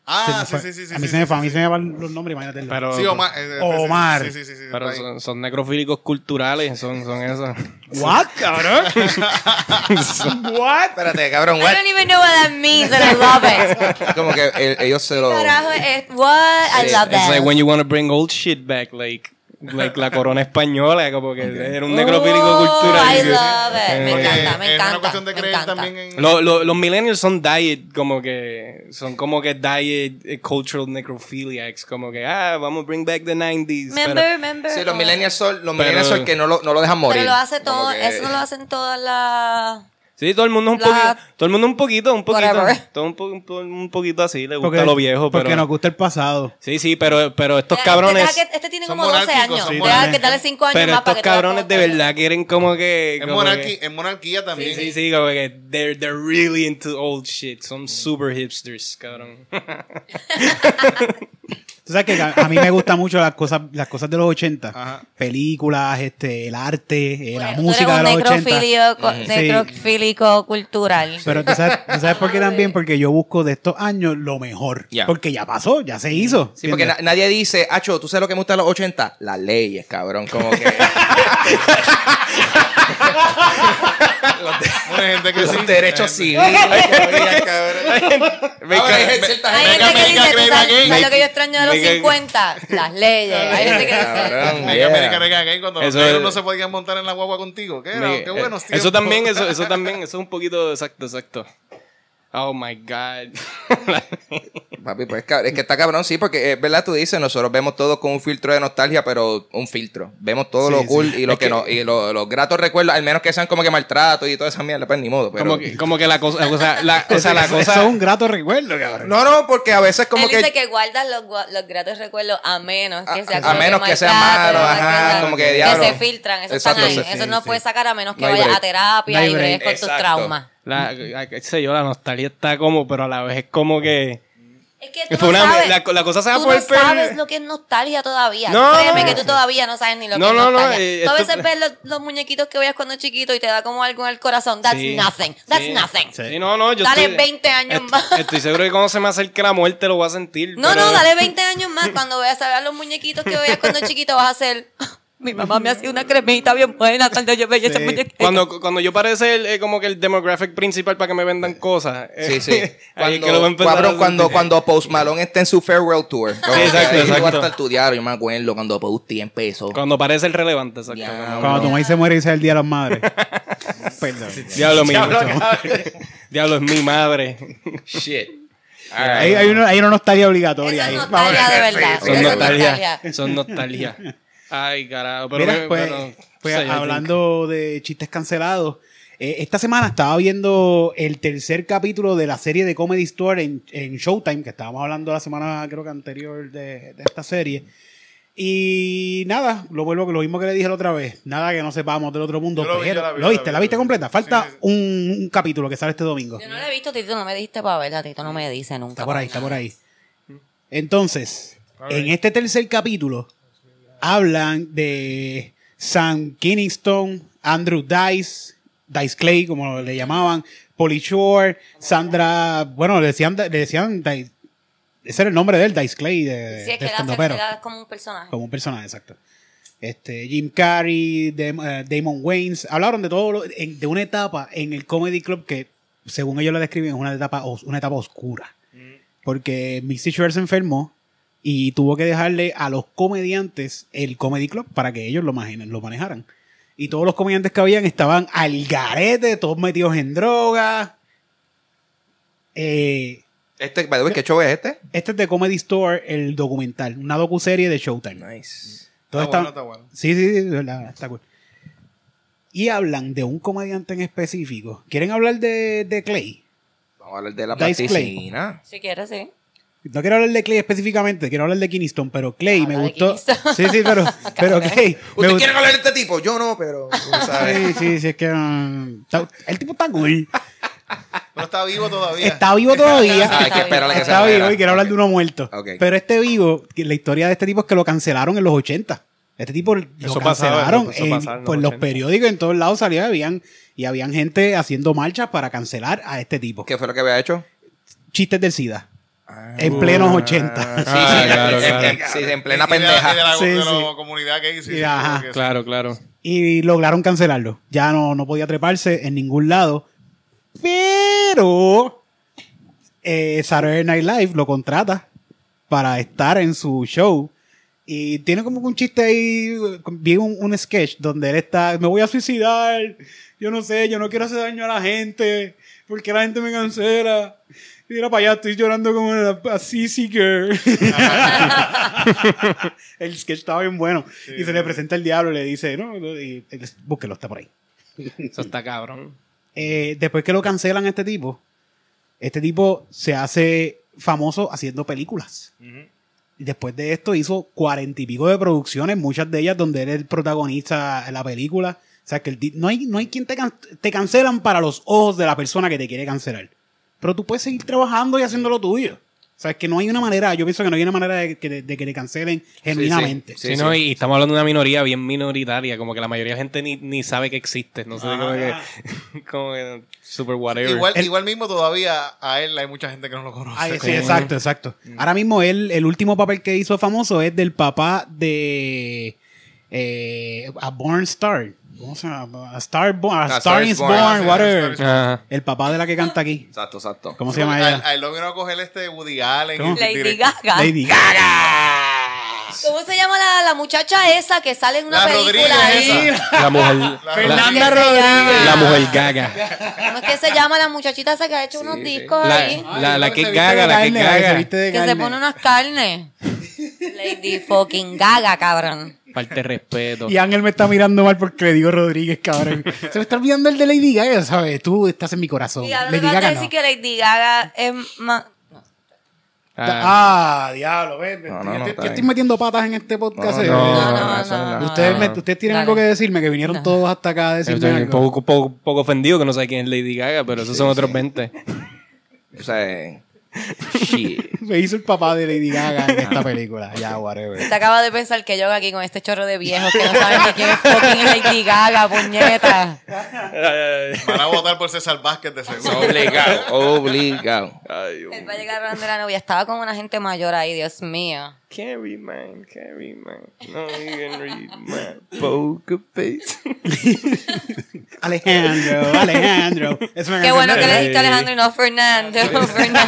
Ah, Se me sí, fue. sí, sí. A sí, mí sí, se me sí, fue- a mí sí. se me van los nombres, imagínate. Pero, Sí, Omar. eh, eh, sí, sí, Omar. Sí, sí, sí. sí, pero está ahí. son, son necrofílicos culturales, son, son esas. ¿What, <laughs> cabrón? <laughs> ¿What? Espérate, cabrón, I what? don't even know what that means and I love <laughs> it. Como que el- ellos se lo. Carajo, es, what? I Sí, love It's like that. when you want to bring old shit back, like, like la corona española, <laughs> como que era un Oh, necrofílico cultural. I Sí, sí. love it. Me Eh, encanta, Eh, me es encanta. una cuestión de me creer encanta. también en. Lo- lo- los millennials son diet, como que son como que diet eh, cultural necrophiliacs, como que ah, vamos a bring back the 90s. pero- Remember, remember. Sí, los oh. millennials son, los millennials Pero- son que no lo, no lo dejan morir. Pero lo hace Como todo, que- eso no lo hacen todas las... sí, todo el mundo es un La- poquito, todo el mundo un poquito, un poquito, Whatever. todo un, po- un po- un poquito así, le gusta lo viejo, pero Porque nos gusta el pasado. sí, sí, pero, pero estos Deja- cabrones, deja que- este tiene son como 12 monárquicos, años. son Deja que monárquicos. dale 5 años pero más para que estos te veas cabrones como de tal. verdad quieren como que, En, como que- monarquía- en monarquía Sí, también. sí, sí, como que they're, they're really into old shit. Son super hipsters, cabrón. Tú sabes que a, a mí me gustan mucho las cosas, las cosas de los 80. Ajá. Películas, este, el arte, eh, la Tú eres música de los un 80. necrofilio co- Sí. necrofílico cultural. Pero tú sabes, tú sabes <laughs> por qué también, porque yo busco de estos años lo mejor. Ya. Porque ya pasó, ya se hizo. Sí, porque na- ¿entiendes? nadie dice, Acho, ¿tú sabes lo que me gusta de los 80? Las leyes, cabrón. Como que. <laughs> Bueno, hay gente que sí, los hay derechos gente- civiles. Make Ahora hay a- cierta Hay gente- América, gente que dice, ¿tú Great sabes, Again. ¿sabes lo que yo extraño de los Venga. 50? Las leyes. Hay gente que dice... Cabrón, Hay yeah. América Rega Gay cuando los Eso negros es- no se podían montar en la guagua contigo. ¿Qué era? make a- Qué buenos tiempos. <laughs> eh, Eso también, eso, eso también, eso es un poquito exacto, exacto. Oh my god. <laughs> Papi, pues cab- es que está cabrón, sí, porque es verdad, tú dices, nosotros vemos todo con un filtro de nostalgia, pero un filtro. Vemos todo lo cool y lo que, no, y lo- los gratos recuerdos, al menos que sean como que maltrato y toda esa mierda, pues ni modo. Pero... como, que, como que la cosa, o sea, la, o sea, la Eso <laughs> es cosa. un grato recuerdo, cabrón. No, no, porque a veces como Él dice que, que guardas los, gua- los gratos recuerdos a menos que A- sea a como menos que mal sean grato, malos, ¿no? ajá, sea- como que que diablo. se filtran, eso están Exacto, ahí. sí, eso no puedes sacar a menos que No hay vayas break. a terapia No hay y bregues break. con tus Exacto. traumas. La, la- qué sé yo, la nostalgia está como, pero a la vez es como que. Es que tú Fue no una- sabes, la- la cosa se va tú por no el perro. sabes lo que es nostalgia todavía. No. Créeme que tú todavía no sabes ni lo No, que no, es no, nostalgia. eh, tú a esto- veces ves los, los muñequitos que veías cuando chiquito y te da como algo en el corazón. That's Sí, nothing. That's sí. nothing. Sí, no, no, yo Dale estoy- 20 años est- más. Estoy seguro que cuando se me acerque la muerte lo voy a sentir. No, pero- no, dale 20 años más. Cuando veas a ver los muñequitos que veías cuando chiquito vas a hacer... <laughs> Mi mamá me hacía una cremita bien buena cuando yo veía ese muñequito. Cuando, cuando yo parece el, eh, como que el demographic principal para que me vendan cosas. eh, Sí, sí. <laughs> Ahí Cuando, que lo voy a empezar cabrón, a cuando, sentir. cuando Post Malone esté en su farewell tour. como que exacto, ahí Yo voy exacto. a estar tu diario, yo me acuerdo cuando Posty empezó. Ah, Cuando parece el relevante, exacto. Ya. Cuando tu maíz se muere y sea el día de las <laughs> madres. Perdón. Diablo, mi Diablo es mi madre. Shit. Hay, hay una, hay una nostalgia Esa obligatoria ahí. es nostalgia de verdad. Son Esa es nostalgia. Son nostalgia. Ay, carajo. Pero, Mira, me- pues, bueno, pues, sí, I think. hablando de chistes cancelados, Eh, esta semana estaba viendo el tercer capítulo de la serie de Comedy Store en, en Showtime, que estábamos hablando la semana, creo que anterior, de, de esta serie. Y nada, lo vuelvo lo mismo que le dije la otra vez. Nada que no sepamos del otro mundo. Yo lo vi, pero- yo la vi, ¿lo yo la viste? vi, ¿La yo viste la vi. completa? Falta Sí, sí. Un, un capítulo que sale este domingo. Yo no la he visto, Tito, no me dijiste para verla, Tito no me dice nunca. Está por ahí, para está nada. por ahí. Entonces, en este tercer capítulo hablan de Sam Kinnington, Andrew Dice, Dice Clay, como le llamaban, Polly Shore, Sandra, bueno, le decían, le decían Dice- ese era el nombre del Dice Clay de, Sí, es de que él hace- estandopero. él hace como un personaje. Como un personaje, exacto. Este, Jim Carrey, Dem- eh, Damon Wayans, hablaron de todo lo- en- de una etapa en el Comedy Club que, según ellos la describen, es una etapa, os- una etapa oscura. Porque Missy Schwer se enfermó y tuvo que dejarle a los comediantes el Comedy Club para que ellos lo, manejen- lo manejaran. Y todos los comediantes que habían estaban al garete, todos metidos en drogas. Eh, Este, by the way, ¿qué show es este? este es de Comedy Store, el documental, una docuserie de Showtime. Nice. Todo Está está- bueno, está bueno. Sí, sí, sí, de verdad, está cool. Y hablan de un comediante en específico. ¿Quieren hablar de, de Clay? Vamos a hablar de la Dice Clay. plasticina. Si quieres, sí. No quiero hablar de Clay específicamente, quiero hablar de Kiniston, pero Clay Ah, Habla me de gustó. Kiniston. Sí, sí, <laughs> pero, pero Clay. me ¿Usted gustó- quiere hablar de este tipo? Yo no, pero... <laughs> tú sabes. Sí, sí, sí, es que. um, está- el tipo está cool. Pero está vivo todavía. Está vivo Ah, todavía. hay que esperarle que se Está muera. vivo y quiero hablar de uno muerto. Ok. Pero este vivo, que la historia de este tipo es que lo cancelaron en los 80. Este tipo lo Eso pasaba, cancelaron eso en- pasaba en los por los 80. periódicos, en todos lados salía, habían, y habían gente haciendo marchas para cancelar a este tipo. ¿Qué fue lo que había hecho? Ah. Chistes del SIDA. en plenos 80. Sí, Ah, sí, claro, en- en- claro. en- sí, en Y de la- plena y De pendeja. la, de la Sí, sí. comunidad que hizo. Y ajá. Claro, claro. Y lograron cancelarlo. Ya no, no podía treparse en ningún lado. Pero eh, Saturday Night Live lo contrata para estar en su show. Y tiene como que un chiste ahí, bien un, un sketch donde él está, me voy a suicidar, yo no sé, yo no quiero hacer daño a la gente, porque la gente me cancela. Y mira para allá, estoy llorando como una así Girl. <laughs> el sketch estaba bien bueno. y se le presenta el diablo y le dice, no, no", y, y- búsquelo, está por ahí. Eso está cabrón. Eh, después que lo cancelan a este tipo, este tipo se hace famoso haciendo películas. Y después de esto hizo cuarenta y pico de producciones, muchas de ellas donde él es el protagonista de la película. O sea, que el ti- no, hay, no hay quien te, can- te cancelan para los ojos de la persona que te quiere cancelar. Pero tú puedes seguir trabajando y haciendo lo tuyo. O sea, es que no hay una manera, yo pienso que no hay una manera de que, de que te cancelen genuinamente. Sí, Sí, sí. no, y estamos hablando de una minoría bien minoritaria, como que la mayoría de gente ni, ni sabe que existe. No sé, como que, <laughs> como que super whatever. Igual, igual mismo todavía a él hay mucha gente que no lo conoce. Ah, sí, como- exacto, exacto. Ahora mismo él, el último papel que hizo famoso es del papá de eh, A Born Star. ¿Cómo se llama? A Star, Born, a Ah, Star is Born, Ah, sí, Star whatever. is- Ajá. El papá de la que canta aquí. Exacto, exacto. ¿Cómo se Porque llama a, él- ella? a él lo vino a coger este Woody Allen. ¿Cómo? Lady directo. Gaga. Lady Gaga. ¿Cómo se llama la, la muchacha esa que sale en una La película Rodríguez ahí? esa. La mujer. la- Fernanda ¿Qué se Rodríguez. llama? La mujer gaga. ¿Cómo es que se llama la muchachita esa que ha hecho unos sí. discos ahí? La, la, la que es gaga, la que es carne, la que se gaga. viste de Que se carne. pone unas <laughs> carnes. Lady fucking gaga, cabrón. Falta de respeto. Y Ángel me está mirando mal porque le digo Rodríguez, cabrón. se me está olvidando el de Lady Gaga, ¿sabes? Tú estás en mi corazón. Y ahora Lady vas a Gaga decir no. que Lady Gaga es más... Ah, Ah, diablo, ven. No, no, no, yo está estoy bien. metiendo patas en este podcast. eh. no, No, no, no, eso no, no. no. Ustedes, me- Ah. ustedes tienen Dale. algo que decirme, que vinieron Dale. todos hasta acá a decirme estoy un algo. poco, poco, poco ofendido que no sabe quién es Lady Gaga, pero esos son <laughs> otros 20. O sea, shit. <laughs> Me hizo el papá de Lady Gaga en esta película. Ya, whatever. Te acaba de pensar que yo aquí con este chorro de viejos que no saben ni quién es fucking Lady Gaga, puñeta. Van a votar por César Vázquez de seguro. <laughs> Obligado, obligado. Él va a llegar hablando de la novia. Estaba con una gente mayor ahí, Dios mío. Carry man, carry man. No, you can read my poker face. Alejandro, Alejandro. Eso me Qué bueno que le encanta. dijiste a Alejandro y <laughs> no a Fernando. Fernando.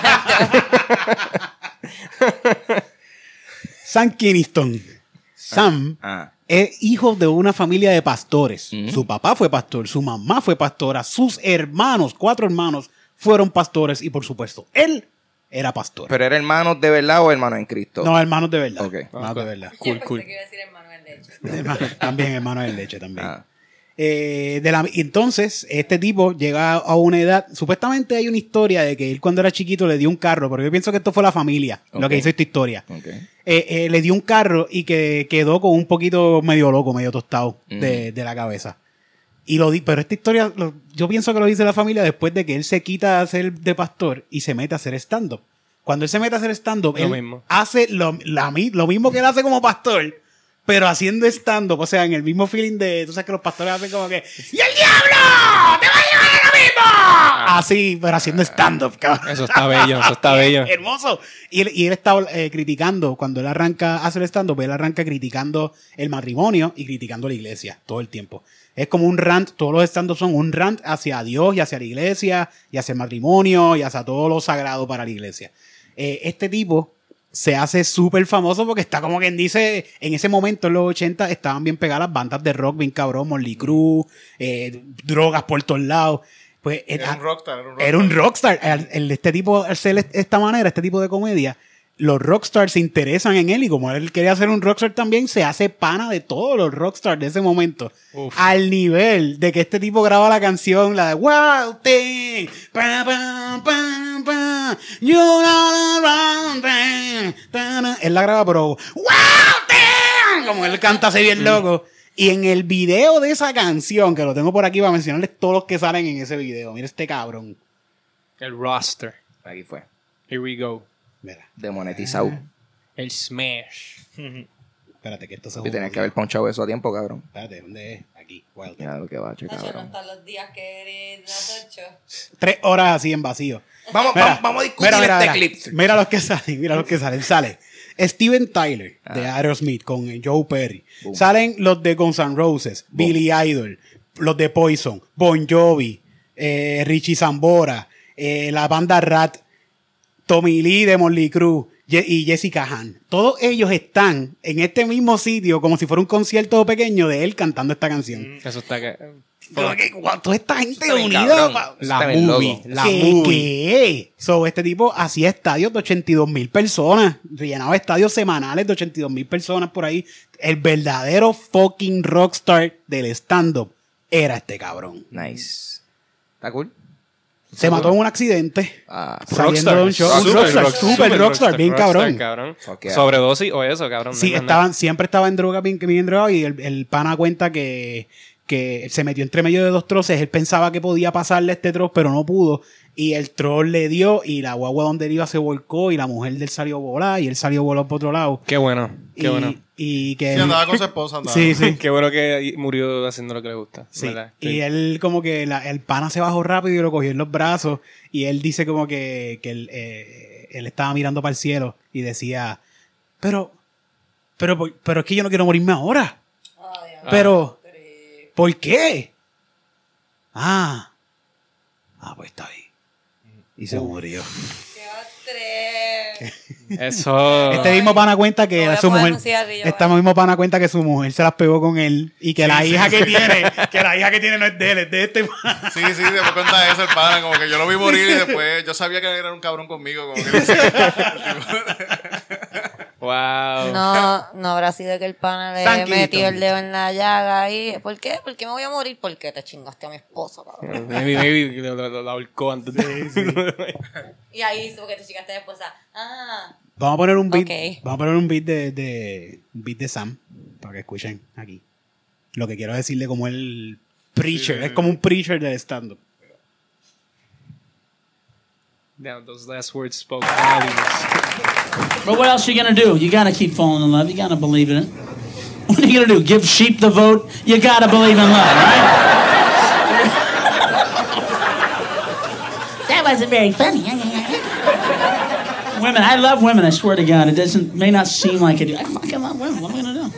Sam Kiniston. Sam Ah. es hijo de una familia de pastores. Su papá fue pastor, su mamá fue pastora, sus hermanos, cuatro hermanos, fueron pastores y por supuesto, él era pastor. Pero era hermano de verdad o hermano en Cristo. no, hermanos de verdad. Ok. Hermanos de verdad. Cool, cool. iba a decir Manuel, de hecho. Hermano- También hermanos de leche, también. Ah. Eh, de la- y entonces, este tipo llega a una edad. Supuestamente hay una historia de que él cuando era chiquito le dio un carro, pero yo pienso que esto fue la familia lo Ok. que hizo esta historia. Ok. Eh, eh, le dio un carro y que quedó con un poquito medio loco, medio tostado de, Mm. de la cabeza. Y lo di, pero esta historia, lo- yo pienso que lo dice la familia después de que él se quita a ser de pastor y se mete a hacer stand-up. Cuando él se mete a hacer stand-up, Lo él mismo. hace lo, la mi- lo mismo que él hace como pastor, pero haciendo stand-up. O sea, en el mismo feeling de, tú sabes que los pastores hacen como que, ¡Y el diablo! ¡Te va a llevar a lo mismo! Así, pero haciendo stand-up, cabrón. Eso está bello, <laughs> eso está bello. Hermoso. Y él, y él está eh, criticando, cuando él arranca, hace el stand-up, él arranca criticando el matrimonio y criticando la iglesia todo el tiempo. Es como un rant, todos los stand son un rant hacia Dios y hacia la iglesia y hacia el matrimonio y hacia todo lo sagrado para la iglesia. Eh, este tipo se hace súper famoso porque está como quien dice, en ese momento en los 80 estaban bien pegadas las bandas de rock, bien cabrón, Molly Cruz, eh, drogas por todos lados. Pues, Era eh, un rockstar, era un rockstar. era un rockstar. El- el- este tipo, al ser est- esta manera, este tipo de comedia, los rockstars se interesan en él y como él quería ser un rockstar también, se hace pana de todos los rockstars de ese momento. Al nivel de que este tipo graba la canción, la de Wild Thing, pa, pa, pa, pa, You're all around me, ta, na. Él la graba, pero Wild Thing, como él canta así bien loco. Y en el video de esa canción, que lo tengo por aquí para mencionarles todos los que salen en ese video. Mira este cabrón. El roster. Aquí fue. Here we go. Mira, Demonetizado. Ah, El smash. espérate que esto se Y tenías que haber ponchado eso a tiempo, cabrón. Espérate, ¿dónde es? Aquí, Wild Thing. Mira lo que va, che, cabrón. están los días que eres Tres horas así en vacío. Vamos, Mira, vamos, vamos a discutir mira, mira, este mira. clip. Mira los que salen, mira los que salen. Sale Steven Tyler de Aerosmith con Joe Perry. Ah. Boom. Salen los de Guns N' Roses, Billy Idol, los de Poison, Bon Jovi, eh, Richie Zambora, eh, la banda Rat, Tommy Lee de Molly Cruz Ye- y Jessica Hahn. Todos ellos están en este mismo sitio como si fuera un concierto pequeño de él cantando esta canción. Eso está que. Como que, guau, toda esta gente Está bien, unida cabrón. pa- Eso está bien loco. la ¿Qué, movie. qué? So, este tipo hacía estadios de 82 mil personas, llenaba estadios semanales de 82 mil personas por ahí. El verdadero fucking rockstar del stand-up era este cabrón. Nice. ¿Está cool? Se mató en un accidente. Ah, Saliendo de un show. Un Rockstar, rockstar, rockstar, super rockstar, bien cabrón. Fuck yeah. Sobredosis o eso, cabrón. Sí, no hay más estaban, siempre estaba en droga, bien, bien drogado, y el, el pana cuenta que, que se metió entre medio de dos troces. Él pensaba que podía pasarle este troz, pero no pudo. Y el troll le dio, y la guagua donde él iba se volcó, y la mujer de él salió volada, y él salió volado por otro lado. nada. Qué bueno, qué y, bueno. y que. Sí, andaba con su esposa, andaba. <laughs> Sí, sí. <laughs> Qué bueno que murió haciendo lo que le gusta. Sí, ¿verdad? Y él como que la- el pana se bajó rápido y lo cogió en los brazos y él dice como que, que él, eh, él estaba mirando para el cielo y decía, pero, pero, por- pero es que yo no quiero morirme ahora. Ah. pero, ¿por qué? Ah, ah, pues está bien. Y se murió. Eso. Este mismo pana cuenta que No voy a su poder mujer. anunciar, Rillo, Este mismo pana cuenta que su mujer se las pegó con él y que la hija que tiene, que la hija que tiene no es de él, es de este <laughs> pana. Sí, sí, después cuenta eso el pana, como que yo lo vi morir y después yo sabía que era un cabrón conmigo, como que no sé. Wow. No, no habrá sido que el pana le Tranquilito. metió el dedo en la llaga ahí. ¿Por qué? ¿Por qué me voy a morir? Porque te chingaste a mi esposo, cabrón. Maybe, maybe lo, lo- lo ahorcó antes de. Y ahí, porque te chingaste a mi esposa. Ah. Vamos a poner un beat. Ok. Vamos a poner un beat de, de- un beat de Sam para que escuchen aquí. Lo que quiero decirle como el preacher, es como un preacher del stand up. Now those last words spoke volumes. But what else you gonna do? You gotta keep falling in love. You gotta believe in it. <laughs> What are you gonna do? Give sheep the vote? You gotta believe in love, right? that wasn't very funny. women, I love women. I swear to God, it doesn't may not seem like it. I fucking love women. What am I gonna do?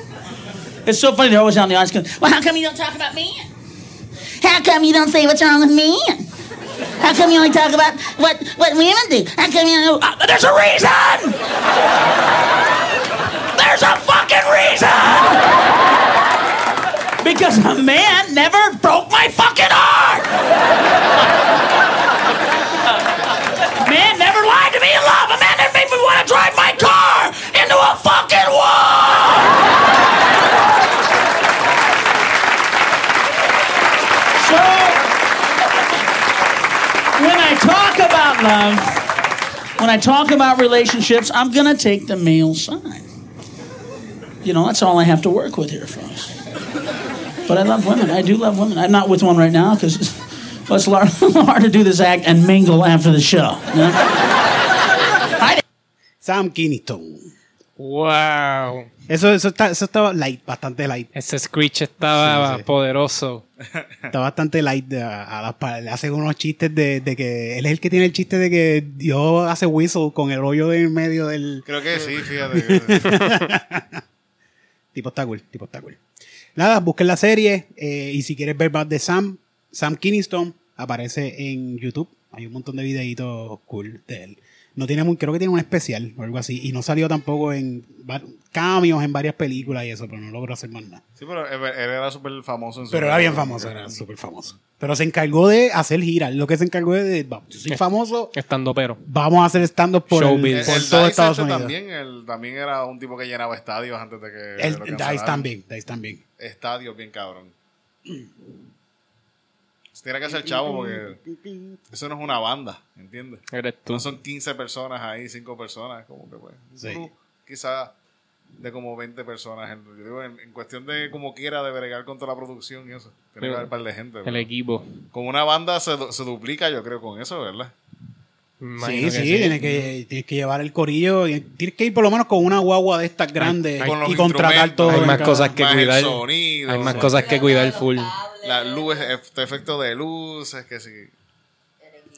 It's so funny. They're always on the audience going, "Well, how come you don't talk about men? How come you don't say what's wrong with men? How come you only talk about what what women do? How come you? Don't, Uh, there's a reason." There's a fucking reason! Because a man never broke my fucking heart! man never lied to me in love! A man never made me want to drive my car into a fucking wall! love. When I talk about relationships, I'm going to take the male side. You know, that's all I have to work with here, folks. But I love women. I do love women. I'm not with one right now because <laughs> well, it's lar- hard to do this act and mingle after the show. you know? Sam Kiniston. Wow. Eso, eso, está, eso estaba light, bastante <laughs> light. Ese Screech estaba Sí, sí. poderoso. Está bastante light de- a, a las pa- Le hacen unos chistes de, de que él es el que tiene el chiste de que Dios hace whistle con el hoyo del medio del Creo que sí, fíjate. tipo está cool, tipo está cool. Nada, busquen la serie eh, y si quieres ver más de Sam, Sam Kiniston aparece en YouTube. Hay un montón de videitos cool de él. No tiene muy, creo que tiene un especial o algo así. Y no salió tampoco en var- cambios en varias películas y eso, pero no logró hacer más nada. Sí, pero él él era súper famoso en su Pero era bien famoso, era súper famoso. Pero se encargó de hacer giras. Lo que se encargó de, de, vamos, yo Eh. soy famoso, Estando pero. vamos a hacer stand-up por, el- Showbiz. El- por el todo Dice Estados este Unidos. También, él también era un tipo que llenaba estadios antes de que. El, lo el Dice cancelaran. también, Dice también. Estadios, bien cabrón. Se tiene que hacer chavo porque eso no es una banda, ¿entiendes? Eres tú. No son 15 personas ahí, 5 personas, como que pues. un Sí. crew quizá de como 20 personas. En, yo digo, en, en cuestión de como quiera, de bregar contra la producción y eso. Tiene que Pero- haber un par de gente. El e- pero equipo. Con una banda se, du- se duplica, yo creo, con eso, ¿verdad? Imagino sí, que sí, Tienes, que, tienes que llevar el corillo. y Tienes que ir por lo menos con una guagua de estas grandes con los y contratar instrumentos. todo. Hay en más cada- cosas que Más cuidar. el sonido. Hay más sí. cosas que cuidar full. La luz, este efecto de luces, que sí.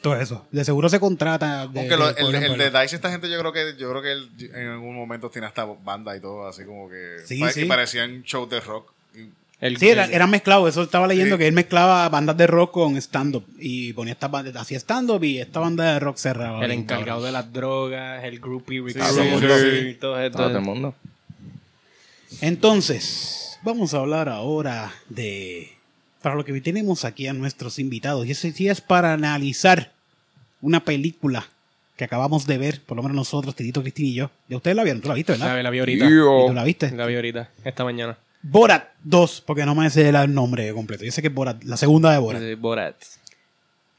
Todo eso. De seguro se contrata. de- Aunque lo- de- el, por- el de Dice, esta gente, yo creo que yo creo que él en algún momento tiene hasta banda y todo, así como que, Sí, pare- sí. que parecían shows de rock. Y El- Sí, era, era mezclado. Eso estaba leyendo Sí. que él mezclaba bandas de rock con stand-up. Y ponía estas bandas, hacía stand-up y esta banda de rock cerraba. el bien, encargado cabrón. de las drogas, el groupie todo el recovery, mundo. y todo esto. Ah, Todo el mundo. Entonces, vamos a hablar ahora de. Para lo que tenemos aquí a nuestros invitados. Y ese sí es para analizar una película que acabamos de ver, por lo menos nosotros, Titito, Cristina y yo. Ya ustedes la vieron, tú la viste, ¿verdad? La, la vi ahorita. ¿Y tú la viste? La vi ahorita, esta mañana. Borat 2, porque no me sé el nombre completo. Yo sé que es Borat, la segunda de Borat. Sí, Borat.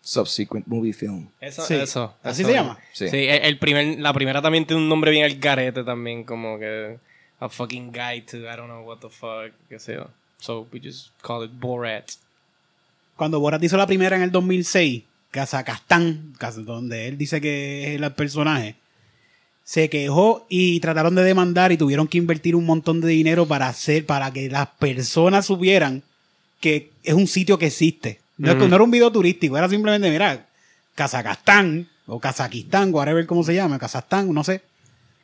Subsequent movie film. Eso, Sí. eso. ¿Así eso. se llama? Sí. Sí, el el primer, la primera también tiene un nombre bien al garete también, como que a fucking guide to I don't know what the fuck, qué sé yo. So we just call it Borat. Cuando Borat hizo la primera en el 2006, Kazajstán, Kaz- donde él dice que es el personaje, se quejó y trataron de demandar y tuvieron que invertir un montón de dinero para hacer, para que las personas supieran que es un sitio que existe. No, es que- Ujú. no era un video turístico, era simplemente, mira, Kazajstán o Kazajistán, whatever cómo se llama, Kazajstán, no sé.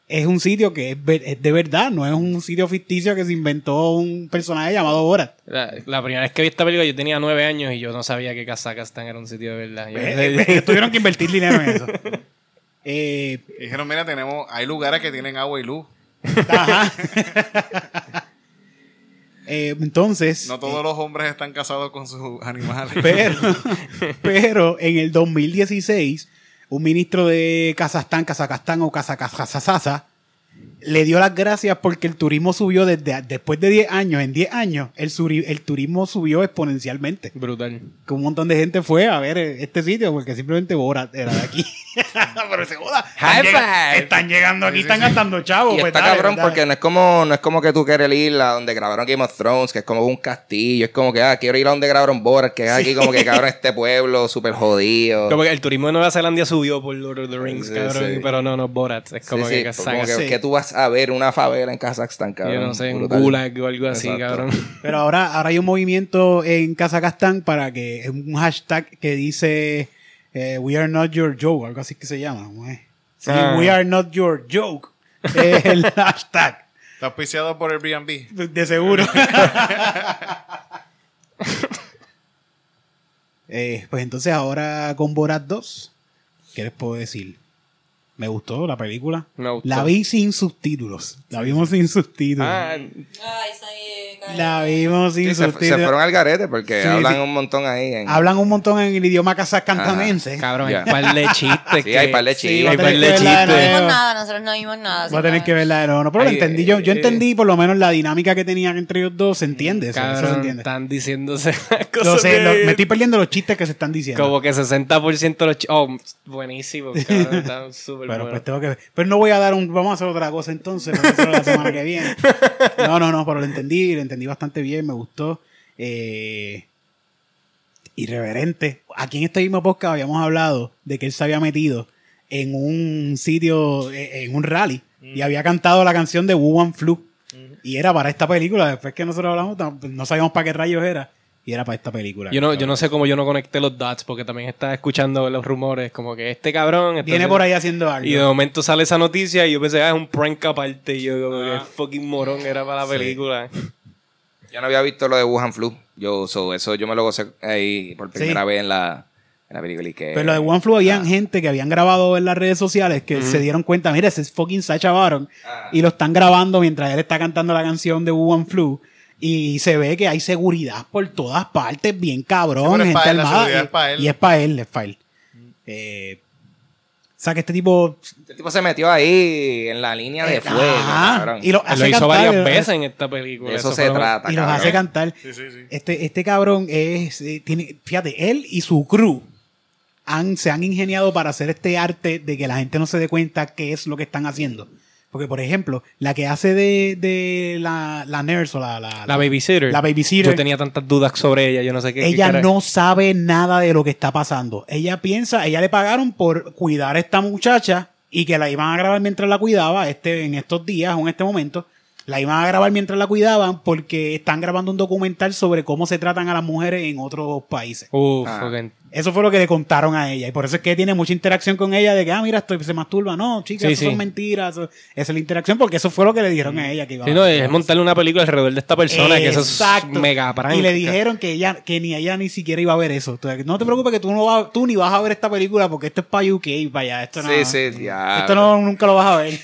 Es un sitio que es, ver- es de verdad, no es un sitio ficticio que se inventó un personaje llamado Borat. La, la primera vez que vi esta película yo tenía nueve años y yo no sabía que Kazajstán era un sitio de verdad. Yo- <laughs> Eh, eh, tuvieron que invertir dinero en eso. <laughs> Eh, y dijeron, mira, tenemos, hay lugares que tienen agua y luz. ajá. <laughs> Eh, entonces, No todos los hombres están casados con sus animales. pero, pero en el 2016, un ministro de Kazajstán, Kazajstán o Kazajazazasa le dio las gracias porque el turismo subió desde después de 10 años. En 10 años, el, suri- el turismo subió exponencialmente. Brutal. Que un montón de gente fue a ver eh, este sitio porque simplemente Borat era de aquí. <laughs> pero se joda. High Están, llega- five. están llegando aquí, Sí, sí, están sí. gastando chavos. Y pues, está dale, cabrón dale. porque no es como no es como que tú quieres ir a donde grabaron Game of Thrones, que es como un castillo, es como que ah, quiero ir a donde grabaron Borat, que es aquí como que cabrón este pueblo súper jodido. Como que el turismo de Nueva Zelanda subió por Lord of the Rings, Sí, cabrón, sí. pero no, no, Borat. Es Sí, como sí, que Kazajstán. como que, sí. que tú vas a ver una favela en Kazajstán, cabrón. yo no sé, en Brutal. Gulag o algo así, Exacto. cabrón. <laughs> Pero ahora, ahora hay un movimiento en Kazajstán para que es un hashtag que dice eh, We are not your joke, algo así que se llama. ¿cómo es? Sí, Ah. We are not your joke. <laughs> Es el hashtag, Está auspiciado por Airbnb. de seguro. <laughs> Eh, pues entonces ahora con Borat 2, ¿qué les puedo decir? Me gustó la película. Me gustó. La vi sin subtítulos. La vimos sin subtítulos. Ah, Ay, soy La vimos sin Sí, se, se subtítulos. fueron al garete porque Sí, hablan sí. un montón ahí. En, Hablan un montón en el idioma casacantanense. Cabrón, Ya. hay par de chistes. Sí, que- hay par de Sí, va a chivas. hay par tener de que verla de chistes. nuevo. vimos nada, nosotros no vimos nada. Va a tener que ver verla de nuevo. No, pero lo Ay, entendí yo. Yo eh, entendí por lo menos la dinámica que tenían entre ellos dos. Se entiende. eso, eso se Cabrón, entiende. están diciéndose <laughs> Lo cosas. sé, de- lo- me estoy perdiendo los chistes que se están diciendo. Como que 60% de los chistes. Oh, <laughs> buenísimo, cabrón. Están súper Pero buenos. pues tengo que ver. Pero no voy a dar un. Vamos a hacer otra cosa entonces. Vamos a hacerlo la semana que viene. No, no, no. Pero lo entendí. Lo entendí bastante bien. Me gustó. Eh, irreverente. Aquí en este mismo podcast habíamos hablado de que él se había metido en un sitio, eh, en un rally. Y había cantado la canción de Wuhan Flu. Y era para esta película. Después que nosotros hablamos, tam- no sabíamos para qué rayos era. Y era para esta película. Yo no, yo no sé cómo yo no conecté los dots, porque también estaba escuchando los rumores, como que este cabrón... Viene entonces- por ahí haciendo algo. Y de momento sale esa noticia y yo pensé, ah, es un prank aparte. Y yo como Ah. que fucking morón era para la película. Yo no había visto lo de Wuhan Flu. Yo, so, eso yo me lo gocé ahí por primera vez en la, en la película. Y que, Pero Pues lo de Eh, One Flew ah. habían gente que habían grabado en las redes sociales que se dieron cuenta, mira, ese es fucking Sacha Baron. Ah. Y lo están grabando mientras él está cantando la canción de One Flew. Y se ve que hay seguridad por todas partes, bien Sí, cabrón, pero es gente pa' él, la armada. seguridad y, es pa' él. y es para él, es para él. Eh, o sea que este tipo... Este tipo se metió ahí en la línea de fuego, Eh, Ajá. cabrón. y lo, Lo hace hizo cantar, varias eh, veces en esta película. De eso, fue se lo más- trata, Y los cabrón. hace cantar. Sí, sí, sí. Este, este cabrón es. eh, tiene, fíjate, él y su crew han, se han ingeniado para hacer este arte de que la gente no se dé cuenta qué es lo que están haciendo. Porque, por ejemplo, la que hace de, de la, la nurse o la. la- La babysitter. La babysitter. Yo tenía tantas dudas sobre ella, yo no sé qué. qué ella cara- no sabe nada de lo que está pasando. Ella piensa, ella le pagaron por cuidar a esta muchacha y que la iban a grabar mientras la cuidaba este, en estos días o en este momento. La iban a grabar mientras la cuidaban porque están grabando un documental sobre cómo se tratan a las mujeres en otros países. Uf, Ah. fucking- Eso fue lo que le contaron a ella. Y por eso es que tiene mucha interacción con ella de que, ah, mira, estoy, se masturba. No, chicas, Sí, eso sí. son mentiras. Eso- Esa es la interacción porque eso fue lo que le dijeron a ella que iba Sí, a no, es montarle una película alrededor de esta persona, que eso es Exacto. mega prank. Y le dijeron que ella, que ni ella ni siquiera iba a ver eso. Entonces, no te preocupes que tú no vas, tú ni vas a ver esta película porque esto es para UK y para allá. Esto no, Sí, sí, diablo. esto no, nunca lo vas a ver.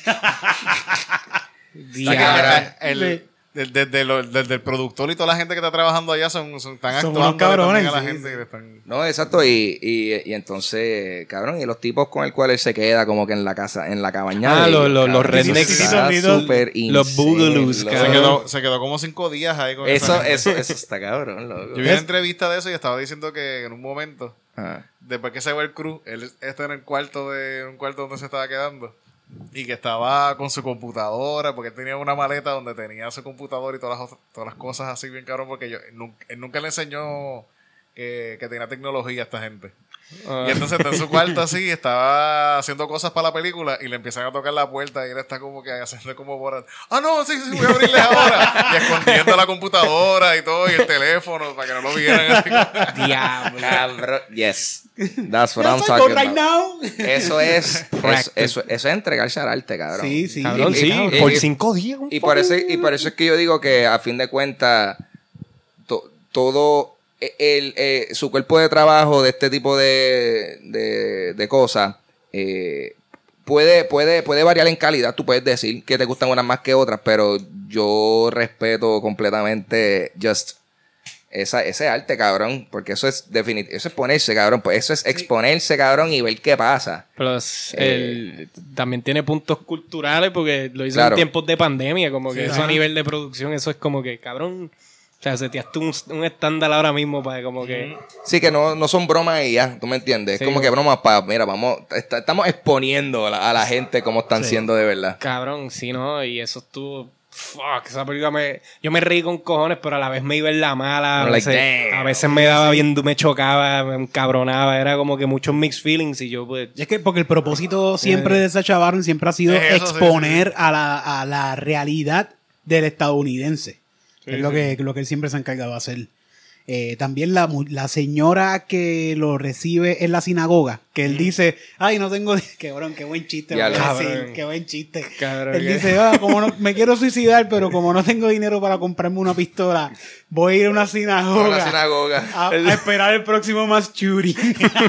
Está cabrón. Era el- del- Desde, lo- desde el productor y toda la gente que está trabajando allá son, son tan Son actuando unos cabrones, a la sí, gente sí. que le están... No, exacto. Y, y, y entonces, cabrón, y los tipos con el cual él se queda como que en la casa, en la cabaña. Ah, de los- ellos, los- cabrón. los rednecks. Está Sí, sí, son súper los insane, boogaloos, loco. Se cabrón. quedó, se quedó como cinco días ahí con esa Eso, gente. eso, eso está cabrón, loco. Yo vi una entrevista de eso y estaba diciendo que en un momento, Ah. después que se va el cruz, él está en el cuarto de en un cuarto donde se estaba quedando y que estaba con su computadora porque él tenía una maleta donde tenía su computadora y todas las, otras- todas las cosas así bien cabrón porque yo, él, nunca, él nunca le enseñó que, que tenía tecnología a esta gente. Ah. Y entonces está en su cuarto así, estaba haciendo cosas para la película y le empiezan a tocar la puerta y él está como que haciendo como Borat. Ah, no, sí, sí, voy a abrirles ahora. Y escondiendo la computadora y todo y el teléfono para que no lo vieran. así como- Diablo. Ah, Cabrón. Yes. That's what Ya I'm soy <laughs> talking con right about. now. Eso es, eso, Practice. eso, eso es entregarse al arte, cabrón. Sí, sí. Cabrón, Y- sí, y- por y- cinco días. un Y por, eso, y fucking- por eso es que yo digo que a fin de cuentas, to- todo e- el, eh, su cuerpo de trabajo de este tipo de, de, de cosas eh, puede, puede, puede variar en calidad. Tú puedes decir que te gustan unas más que otras, pero yo respeto completamente just esa, ese arte, cabrón, porque eso es definit- eso es ponerse, cabrón, pues eso es exponerse, cabrón, y ver qué pasa. Plus, Eh, el- también tiene puntos culturales porque lo hizo Claro. en tiempos de pandemia, como que Sí, eso ajá. a nivel de producción, eso es como que, cabrón, o sea, seteaste un, un estándar ahora mismo para como que... Sí, que no, no son bromas y ya, tú me entiendes. Sí, es como bueno. que bromas para, mira, vamos, est- estamos exponiendo a la, a la gente cómo están siendo de verdad. Cabrón, sí, ¿no? Y eso estuvo... Fuck, esa película me... Yo me reí con cojones, pero a la vez me iba en la mala. A I'm like, veces, damn. a veces me daba bien, me chocaba, me encabronaba. Era como que muchos mixed feelings y yo pues... Y es que porque el propósito siempre de Sacha Baron siempre ha sido Es eso, sí, exponer A, la, a la realidad del estadounidense. es lo que, lo que él siempre se ha encargado de hacer. Eh, también la, mu- la señora que lo recibe en la sinagoga, que él dice, ay, no tengo... di-". <laughs> Cabrón, qué buen chiste. Ya lo voy lo- a decir, Cabrón. qué buen chiste. Cabrón, él que- dice, "Ah, como no- me quiero suicidar, pero como no tengo dinero para comprarme una pistola, voy a ir a una Una sinagoga. sinagoga. Ah. A, a esperar el próximo más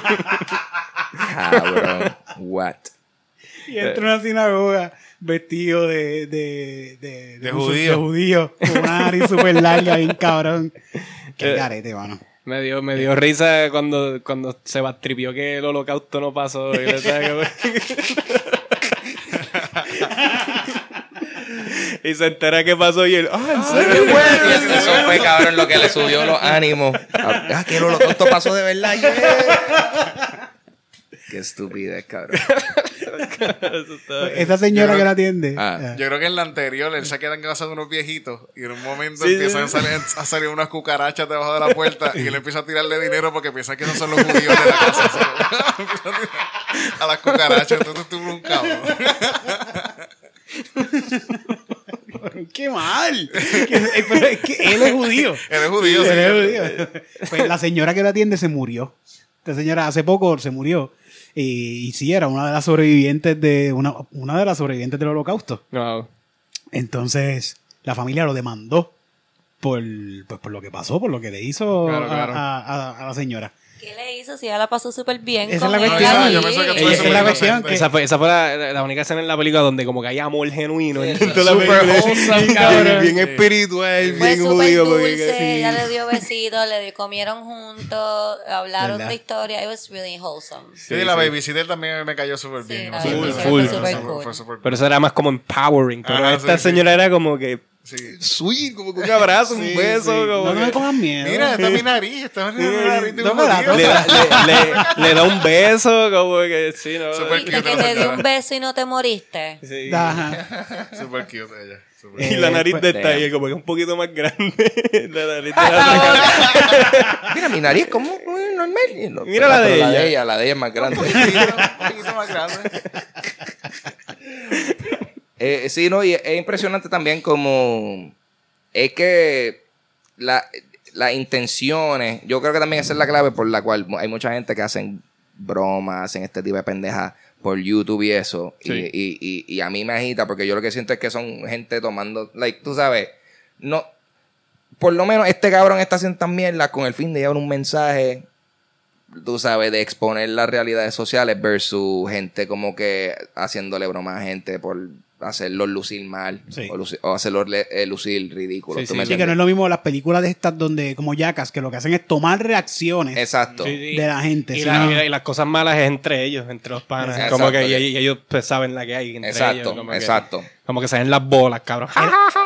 <laughs> Cabrón. What? <laughs> Y entra a una sinagoga vestido de. de. de. De judío. judío, Con una nariz súper larga, bien <laughs> cabrón. Qué Eh. garete, mano. Me dio, me dio risa cuando, cuando se bastripió que el holocausto no pasó. y le saca- Y se entera que pasó y él, ah, en serio. Eso fue, cabrón, lo que le subió los ánimos. Ah, que el holocausto pasó de verdad. yeah. Qué estupidez, cabrón. Esa señora Yo- que la atiende. Ah, ah. Yo creo que en la anterior él se queda en casa de unos viejitos y en un momento Sí, empiezan sí. A, salir, a salir unas cucarachas debajo de la puerta y él empieza a tirarle dinero porque piensa que no son los judíos de la casa. <laughs> <laughs> so, empieza a, tirar a las cucarachas, entonces tú eres un cabrón. <laughs> ¡Qué mal! Que- Eh, pero es que <laughs> él es judío. Él es judío, Él es señor. judío. <laughs> Pues la señora que la atiende se murió. Esta señora hace poco se murió. Y, y sí, era una de las sobrevivientes de. Una, una de las sobrevivientes del holocausto. Wow. Entonces, la familia lo demandó por, pues, por lo que pasó, por lo que le hizo Claro, a, claro. a- a- a la señora. ¿Qué le hizo si ella la pasó súper bien? Esa es con la él cuestión. ahí? Yo pensé que tú Ella eres es la súper cuestión inocente. que- Esa fue, esa fue la, la única escena en la película donde como que hay amor genuino. en toda la Super película. wholesome, cabrón. cabrón. espiritual, Fue súper judío, porque- dulce, sí. ella le dio besitos, le dio, comieron juntos, hablaron ¿Verdad? de historia. It was really wholesome. Sí, la babysitter también me cayó súper Sí, bien. la o sea, babysitter fue- fue fue súper súper- cool. fue súper- Pero eso era más como empowering. Pero Ajá, esta sí, sí. señora era como que sí. sweet, como que un abrazo, un beso. Como No, no me que- cojan miedo. Mira, está mi nariz, está mi nariz de un Tócala, judío. le, da, <laughs> le- le- le da un beso, como que sí, no. Súper Y cute de la que te dio señora. un beso y no te moriste. Sí. Ajá. Súper cute ella. súper Y la Eh, nariz pues, de esta, damn. y es como que es un poquito más grande. <laughs> la nariz de la otra. Mira, mi nariz como eh, normal. Y lo- Mira la de pero ella. La de ella es más <laughs> grande. Un poquito más grande. Eh, sí, no, y es impresionante también como es que la- las intenciones, yo creo que también esa es la clave por la cual mu- hay mucha gente que hacen bromas, hacen este tipo de pendejas por YouTube y eso, y- Sí. y, y- y a mí me agita porque yo lo que siento es que son gente tomando, like, tú sabes, no, por lo menos este cabrón está haciendo tan mierda con el fin de llevar un mensaje tú sabes, de exponer las realidades sociales versus gente como que haciéndole broma a gente por hacerlos lucir mal Sí. o, luci- o hacerlos le- eh, lucir ridículos. Sí, ¿tú sí, me Sí, que no es entiendes? lo mismo las películas de estas donde, como yacas, que lo que hacen es tomar reacciones Exacto. de la gente. Y, sí, la- ¿no? y la- y las cosas malas es entre ellos, entre los panas. Exacto. como que Exacto. y- y ellos pues, saben la que hay entre Exacto, ellos. como que- exacto. Ah, como que se ven las bolas, cabrón.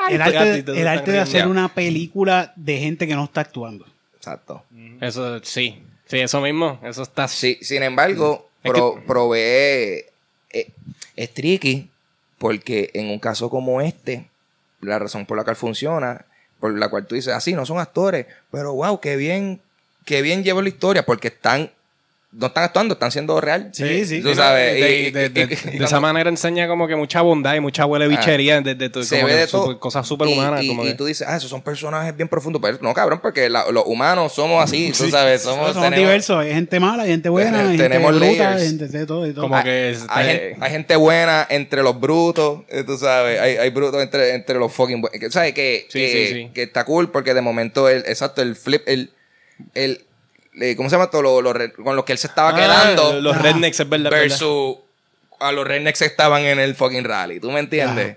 el y arte, tú- el arte de riendo. hacer una película de gente que no está actuando. Exacto. Eso sí. Sí, eso mismo. Eso está Sí, sin embargo, Mm. Es pro- provee. eh, es tricky porque en un caso como este, la razón por la cual funciona, por la cual tú dices, así no son actores, pero wow, qué bien, qué bien llevo la historia porque están. No están actuando, están siendo real. Sí, sí. Tú sabes. De, y- de- y- de- y- de cuando- Ah, esa manera enseña como que mucha bondad y mucha huele bichería. de, de- de- se como ve que de todo. super- cosas superhumanas. Y, y- como y que- tú dices, ah, esos son personajes bien profundos. Pero no, cabrón, porque la- los humanos somos así, tú sabes. Somos, Somos diversos, hay gente mala, hay gente buena, hay gente Tenemos bruta, layers. hay gente de todo, de todo. Como hay, que es- hay eh, gente, hay gente buena entre los brutos, eh, tú sabes. Hay, hay brutos entre, entre los fucking buenos. Que- ¿Sabes? Que, Sí, que, sí, sí. que está cool porque de momento, el, exacto, el flip, el. el eh, ¿Cómo se llama esto? Lo- lo re- con los que él se estaba Ah, quedando. Los rednecks, es verdad. es verdad. versus a los rednecks que estaban en el fucking rally. ¿Tú me entiendes?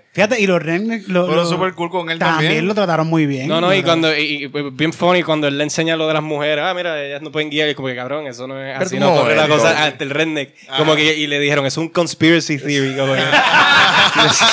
Ah. <laughs> Claro. Fíjate, y los Rednecks lo, Fueron lo- súper cool con él también. lo trataron muy bien. No, no, Lo y trataron- cuando, y, y- bien funny, cuando él le enseña lo de las mujeres, ah, mira, ellas no pueden guiar, y como que cabrón, eso no es Pero así, tú no no corre la eres, cosa no. hasta el redneck. Como que, y le dijeron, es un conspiracy theory, como que.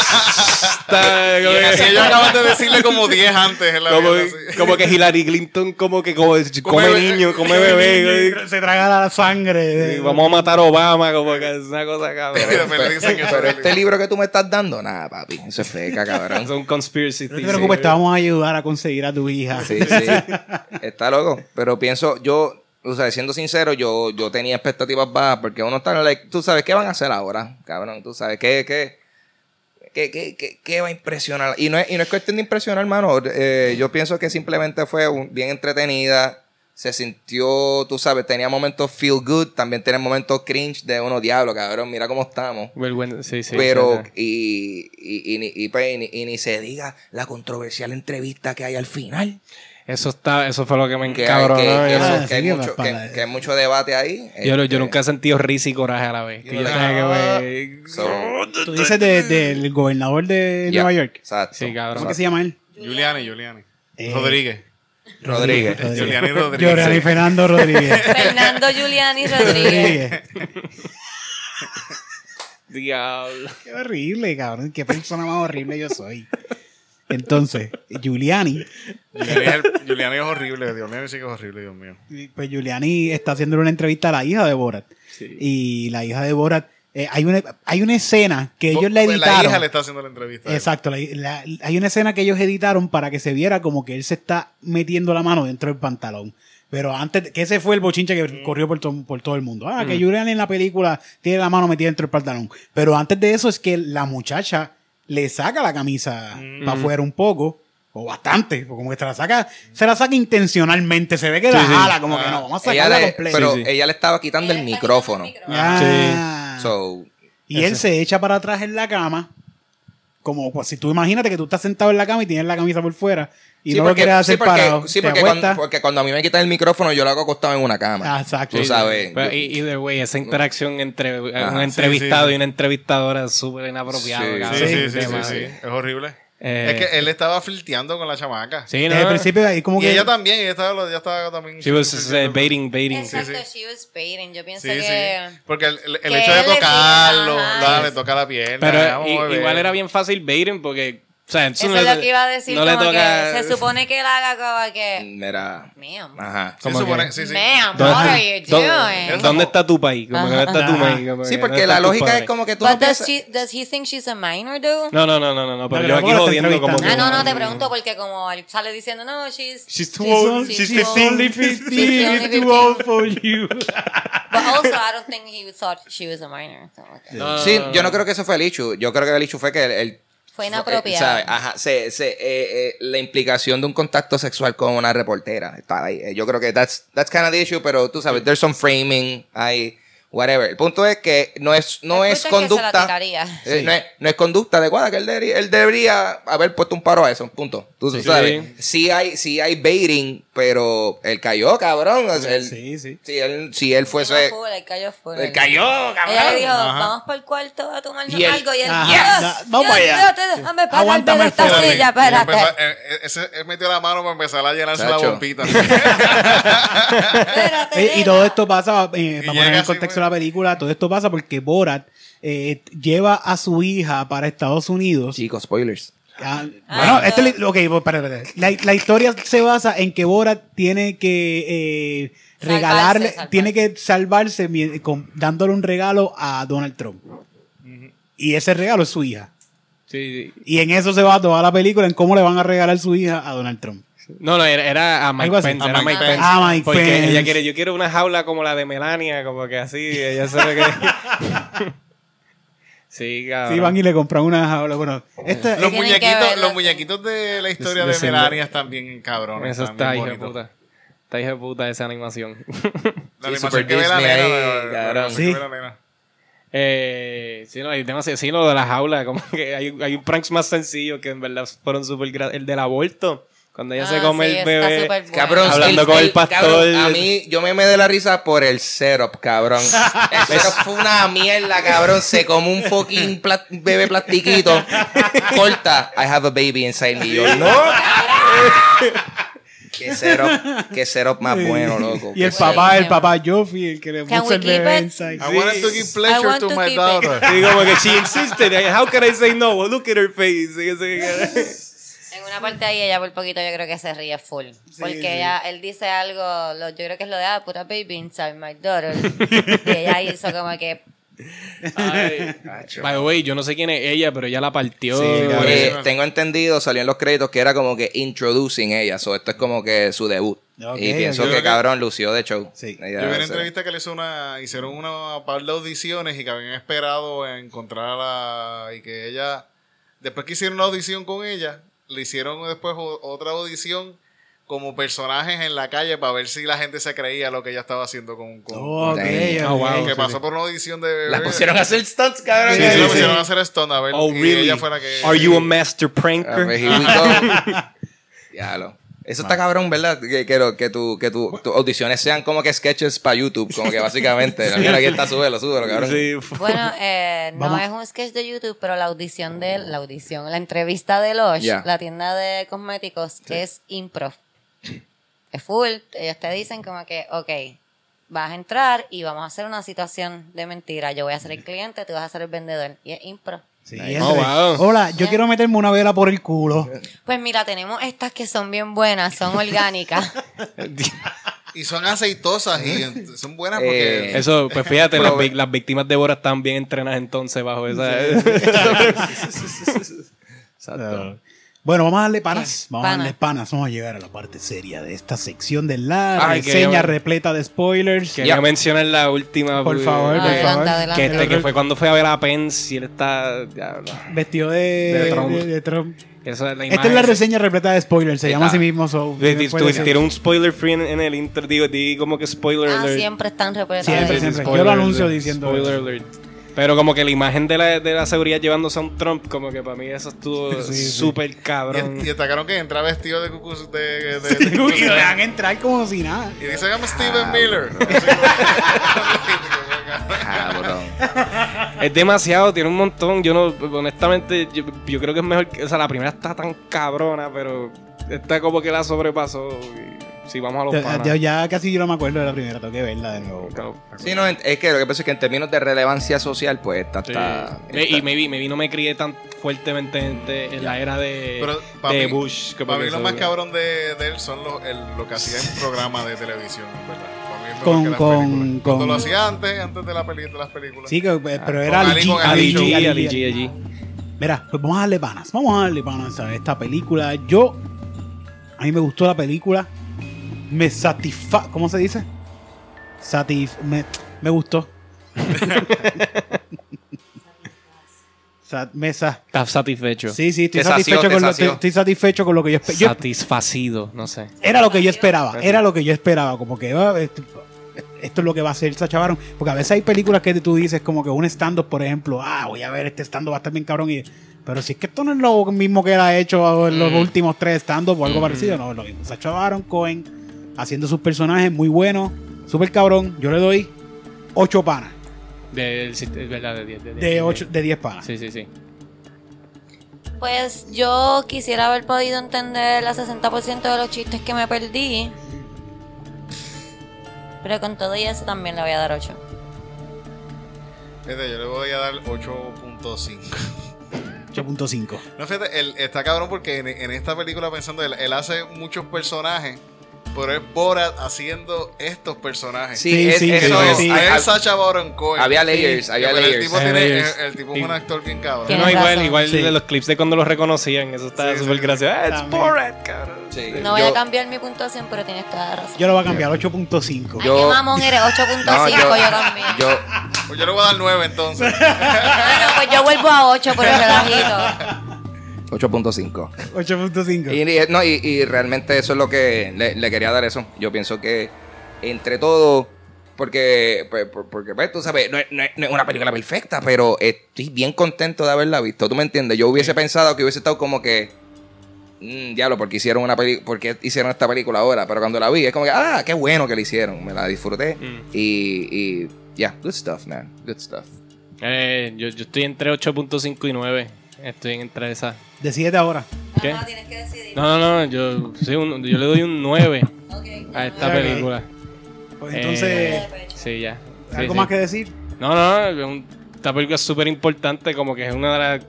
Está- como que- Así ellos acaban de decirle como 10 antes en la <laughs> como, vida, así. como que Hillary Clinton, como que como, come, Come bebé. niño, come bebé, se traga la sangre. como que, de- vamos a matar a Obama, como que es una cosa Mira, cabrón. me dicen que Pero sale. este libro que tú me estás dando, nada, papi. Eso es feca, cabrón. Es un conspiracy No theory. te preocupes, te vamos a ayudar a conseguir a tu hija. Sí, sí. Está loco. Pero pienso, yo, o sea, siendo sincero, yo, yo tenía expectativas bajas porque uno está, like, tú sabes, ¿qué van a hacer ahora, cabrón? Tú sabes, ¿qué, qué, qué, qué, qué- qué va a impresionar? Y no es, y no es cuestión de impresionar, hermano. yo pienso que simplemente fue un- bien entretenida. Se sintió, tú sabes, tenía momentos feel good, también tenía momentos cringe de uno, diablo, cabrón, mira cómo estamos. Vergüenza, sí, sí, Pero, sí, sí. y, y, y ni- y pues, y ni- y ni se diga la controversial entrevista que hay al final. Eso está, eso fue lo que me Que, hay- encabronó. que, que yo, eso- Ah, que hay sí, mucho, para- que, para- que hay mucho debate ahí. yo no- yo este, nunca he sentido risa y coraje a la vez. Que yo tenga que ver- so, Tú dices de- del gobernador de yeah, Nueva York. Exacto. Sí, ¿Cómo cabrón. que se llama él? Giuliani, Giuliani. Eh. Rodríguez. Rodríguez. Giuliani Rodríguez. Giuliani Fernando Rodríguez. Fernando Giuliani <laughs> Rodríguez. Rodríguez. Diablo. Qué horrible, cabrón. Qué persona más horrible yo soy. Entonces, Giuliani, Giuliani es, el- Giuliani es horrible, Dios mío, sí que es horrible, Dios mío. pues Giuliani está haciendo una entrevista a la hija de Borat. Y la hija de Borat, eh, hay, una, hay una escena que ellos la Pues editaron. La hija le está haciendo la entrevista. a él. Exacto, la- la- hay una escena que ellos editaron para que se viera como que él se está metiendo la mano dentro del pantalón. Pero antes, que ese fue el bochinche que corrió por, to- por todo el mundo. Ah, que Julian en la película tiene la mano metida dentro del pantalón. Pero antes de eso es que la muchacha le saca la camisa para afuera un poco, o bastante, o como que se la saca, se la saca intencionalmente, se ve que la Sí, sí. jala, como que Ah, no, vamos a Ella sacarla le- completa. pero Sí, sí. ella le estaba quitando el micrófono. Ah. So, Y él se echa para atrás en la cama. Como pues, si tú imagínate que tú estás sentado en la cama y tienes la camisa por fuera y sí, no lo quieres hacer sí, porque- parado. sí, te porque, cuando, acuestas. porque cuando a mí me quitan el micrófono, yo lo hago acostado en una cama. Ah, Exacto. Tú sabes. Pero, y- either way, esa interacción entre eh, Ajá, un Ah, sí, entrevistado sí. y una entrevistadora es súper inapropiada. Sí, cabrón. Sí, sí, sí, De sí, sí, madre. sí. Es horrible. Eh. Es que él estaba flirteando con la chamaca. Sí, ¿no? Desde el principio ahí como Y que ella también, ella estaba, ella estaba también. She was eh, baiting, baiting. Exacto, Sí, she was baiting. Yo pienso Sí, que. sí. Porque el, el- el que hecho de él le tocarlo, tira, ajá. dale, toca la pierna. Pero vamos, i- bebé. igual era bien fácil baiting porque... O sea, Eso es lo que iba a decir. No le como toca... que se supone que él haga como que. Mira. Ma'am. Ajá. Sí, supone- sí, sí. Ma'am, ¿Dónde- what are you ¿Dónde, doing? dónde está tu país? Como que, ¿dónde está tu Ajá. maíz? Como Sí, que, porque ¿dónde la está tu lógica padre? es como que tú no But does, piensas- she, does he think she's a minor, though? No, no, no, no, no, No, no pero yo pero aquí tampoco la jodiendo está como... Ah, que- no, no, te pregunto porque como él sale diciendo, no, she's... She's too old. She's she's only 15. <laughs> She's only too old for you. But also, I don't think he thought she was a minor. So, okay. Sí, yo no creo que ese fue el issue. Yo creo que el issue fue eh, que el... el- Fue ¿sabes? inapropiado. Ajá, se- se- eh, eh, la implicación de un contacto sexual con una reportera. Está ahí. Eh, Yo creo que that's, that's kind of the issue, pero tú sabes, there's some framing, hay whatever. El punto es que no es, no El es punto es que se la conducta. tiraría. eh, no, es, no es conducta adecuada que él debería, él debería haber puesto un paro a eso, punto. Tú sabes. Sí hay, sí hay baiting, pero él cayó, cabrón. O sea, él- Sí, sí. Si él, si él Pues fuese. full, él cayó full. eh, Él cayó, cabrón. Ella le dijo, vamos por el cuarto a tomarnos Y él- algo. Y él, Ajá. yes, Da- vamos yes, allá. espérate, déjame parar Aguántame de el esta fuego. silla, pues, espérate. Empezó- eh, eh, ese- él metió la mano para empezar a llenarse la Chacho. <laughs> bombita. pues, <laughs> espérate, Eh, y nena. todo esto pasa, eh, Y para llega poner en así, contexto güey. la película, todo esto pasa porque Borat eh, lleva a su hija para Estados Unidos. Chicos, spoilers. Ah, Ah, bueno, este, li- ok, pues, para, para, para. La, la historia se basa en que Borat tiene que eh, Salvarse, regalarle, salvarse. tiene que salvarse mi- con- dándole un regalo a Donald Trump. Y ese regalo es su hija. Sí, sí. Y en eso se va toda la película, en cómo le van a regalar su hija a Donald Trump. No, no, era, era a Mike Algo así. Pence. A era Mike Mike Pence. Pence. Ah, Mike Porque Pence. ella quiere, yo quiero una jaula como la de Melania, como que así, ella se ve que... <laughs> <laughs> sí, cabrón. Sí, van y le compran una jaula. Bueno, esta, los, que muñequitos, verlo, los sí. muñequitos de la historia De- de, de Silver. Melania están bien cabrones. Eso están está, bien hija de bonitos. puta. Está hija de puta esa animación. <laughs> La Sí, animación Super que ve la Disney nena. ahí, la- la- la cabrón. animación que Sí. ve la nena. Eh, sí, no, hay demasiado, sí, lo de la jaula, como que hay, hay pranks más sencillos que en verdad fueron súper gra- El del aborto, cuando ella se Ah, come sí, el está bebé. súper bueno. Cabrón, Hablando con el pastor. cabrón, a mí, yo me me de la risa por el syrup, <laughs> cabrón. El syrup fue una mierda, cabrón. Se como un fucking pla- bebé plastiquito. Corta. I have a baby inside me. Yo, no. qué syrup, qué syrup más bueno, loco. <laughs> y el Qué papá, el papá Joffy, el que le Can puso we el keep bebé it? inside. I wanted to give pleasure want to to my keep it. <laughs> daughter. Sí, como que she insisted. and How can I say no? Well, look at her face. Y eso que- En una parte ahí ella por poquito yo creo que se ríe full. porque ella, él dice algo, lo- yo creo que es lo de, ah, pura baby inside my <laughs> daughter. y ella hizo como que, By the way, yo no sé quién es ella, pero ella la partió. syrup. cabrón. Eh, tengo entendido, salió en los créditos que era como que introducing ella. So, esto es como que su debut. Ok, y pienso ok. que, cabrón lució de show. Sí. Ella- Yo vi una se- entrevista que le hizo una, hicieron una par de audiciones y que habían esperado a encontrar a la, y que ella, después que hicieron una audición con ella, le hicieron después o- otra audición como personajes en la calle para ver si la gente se creía lo que ella estaba haciendo con, con Ok, Damn. ok. wow. que pasó por una audición de La pusieron a hacer stunts, cabrón. Sí, Sí, sí, sí, la sí. pusieron a hacer stunt a ver Oh, y really? ella fue la que Ah, Are you a master pranker? Diablo. Eso está cabrón, ¿verdad? Que, que, lo- que tu, que tu, tus audiciones sean como que sketches para YouTube, como que básicamente. Mira, aquí está, súbelo, súbelo, cabrón. Sí, Bueno, eh, no es un sketch de YouTube, pero la audición de la audición, la entrevista de Lush, Ya. la tienda de cosméticos, es improv. Es full. Ellos te dicen como que, ok, vas a entrar y vamos a hacer una situación de mentira. Yo voy a ser el cliente, tú vas a ser el vendedor. Y es improv. Sí, Oh, wow. Hola, yo quiero meterme una vela por el culo. Pues mira, tenemos estas que son bien buenas, son orgánicas. Y son aceitosas y <laughs> ent- son buenas porque. Eso, pues fíjate, las, Pero- vic- las víctimas de Bora están bien entrenadas entonces bajo esa. Exacto. Bueno, vamos a darle panas. Vamos a Panas. darle panas. Vamos a llegar a la parte seria de esta sección de la Ay, que reseña ya- repleta de spoilers. <laughs> Quería mencionar la última. Por eh, favor, por Adelante, favor. adelante. Que, este, que fue cuando fue a ver a Pence y él está. diablo. Vestido de, De Trump. de- de Trump. Esa es la imagen. Esta es la reseña repleta de spoilers. Se Ahí llama está. así mismo. so- Di- di- puede tu- ser. <laughs> Tiró un spoiler free en, en el intro. Digo, di como que spoiler ah, alert. siempre están representadas. Siempre, Sí, sí, siempre. spoiler Yo lo anuncio alert, diciendo Spoiler eso. alert. Pero como que la imagen de la, de la seguridad llevándose a un Trump, como que para mí eso estuvo Sí, sí. súper cabrón. Y, y destacaron que entra vestido de cucú. De, de, de- Y lo dejan entrar como si nada. Y dice, I'm Steven Miller. <laughs> Cabrón. Es demasiado, tiene un montón. Yo no, honestamente, yo, yo creo que es mejor. que- O sea, la primera está tan cabrona, pero esta como que la sobrepasó. y- si vamos a los Ya, ya- panas. ya casi yo no me acuerdo de la primera. Tengo que verla de nuevo. Sí, no, en- es que lo que pasa es que en términos de relevancia social, pues esta Sí. está. Me- esta- Y me vi, me vi, no me crié tan fuertemente en, de- en la era de, Pero para de mí- Bush. que Para porque mí lo eso- más cabrón de, de él son lo, el- lo que hacía en programa de televisión, en ¿verdad? Para mí es mejor Con- que las con- películas. Cuando con- lo hacía antes, antes de, la peli, de las películas. Sí, que- eh, Ah, pero era con Ali Ali, G, con Ali Ali G, G, Ali G. Ali G, Ali G. Mira, pues vamos a darle panas. Vamos a darle panas a esta película. Yo. A mí me gustó la película. Me satisfa. ¿Cómo se dice? Satif. Me, me gustó. Sat- me sa- Estás satisfecho. sí, sí, estoy Te sació, satisfecho, te con lo, sació. estoy- estoy satisfecho con lo que yo espe- yo- Satisfacido, no sé. Era lo que yo esperaba. Era lo que yo esperaba. Como que ah, esto, esto es lo que va a hacer Sacha Baron. Porque a veces hay películas que tú dices, como que un stand-up, por ejemplo, ah, voy a ver este stand-up, va a estar bien cabrón. Y, pero si es que esto no es lo mismo que era hecho en Mm. los últimos tres stand-up o algo Mm-hmm. parecido, no, es lo mismo. Sacha Baron Cohen haciendo sus personajes muy buenos, súper cabrón. Yo le doy ocho panas De, es verdad, de 10. De, de ocho, de 10 panas. Sí, sí, sí. Pues yo quisiera haber podido entender el 60% de los chistes que me perdí. Pero con todo y eso también le voy a dar 8. Fíjate, yo le voy a dar 8.5. 8.5. No, fíjate, él, está cabrón porque en, en esta película, pensando, él, él hace muchos personajes, pero es Borat haciendo estos personajes. Sí, Sí, es, sí, eso Eso sí, es- sí. hab- es Sacha Baron Cohen. había layers, Sí, había pero layers. El tipo, Había tiene- layers. el- el tipo es un actor bien cabrón. Tienes No, igual, razón. igual Sí. de los clips de cuando los reconocían. Eso está Sí, súper sí, gracioso. Ah, it's También. Borat, cabrón. Sí. No voy Yo- a cambiar mi puntuación, pero tienes toda la razón. Yo lo voy a cambiar, 8.5. Ay, <laughs> yo- qué mamón eres, 8.5 no, yo, también. yo- Pues yo le voy a dar 9 entonces. Bueno, pues yo vuelvo a 8 por el relajito. 8.5. 8.5. Eh. Y, y- no, y, y realmente eso es lo que le, le quería dar eso. Yo pienso que entre todo, porque, pues, por- porque pues, tú sabes, no es, no es- no es una película perfecta, pero estoy bien contento de haberla visto. ¿Tú me entiendes? Yo hubiese pensado que hubiese estado como que... mm, diablo, porque hicieron una peli porque hicieron esta película ahora, pero cuando la vi es como que, ah, qué bueno que la hicieron, me la disfruté Mm. y, y yeah, good stuff, man, good stuff. Eh, yo, yo estoy entre 8.5 y 9. Estoy entre esas. Decídete ahora. ¿Qué? No, no, tienes que decidir. No, no, no. Yo, sí, un- yo le doy un 9 Ok, a esta Ok. película. Pues entonces, Eh, pues. sí, ya. Sí, ¿algo sí. más que decir? No, no, es un- esta película es súper importante, como que es una de las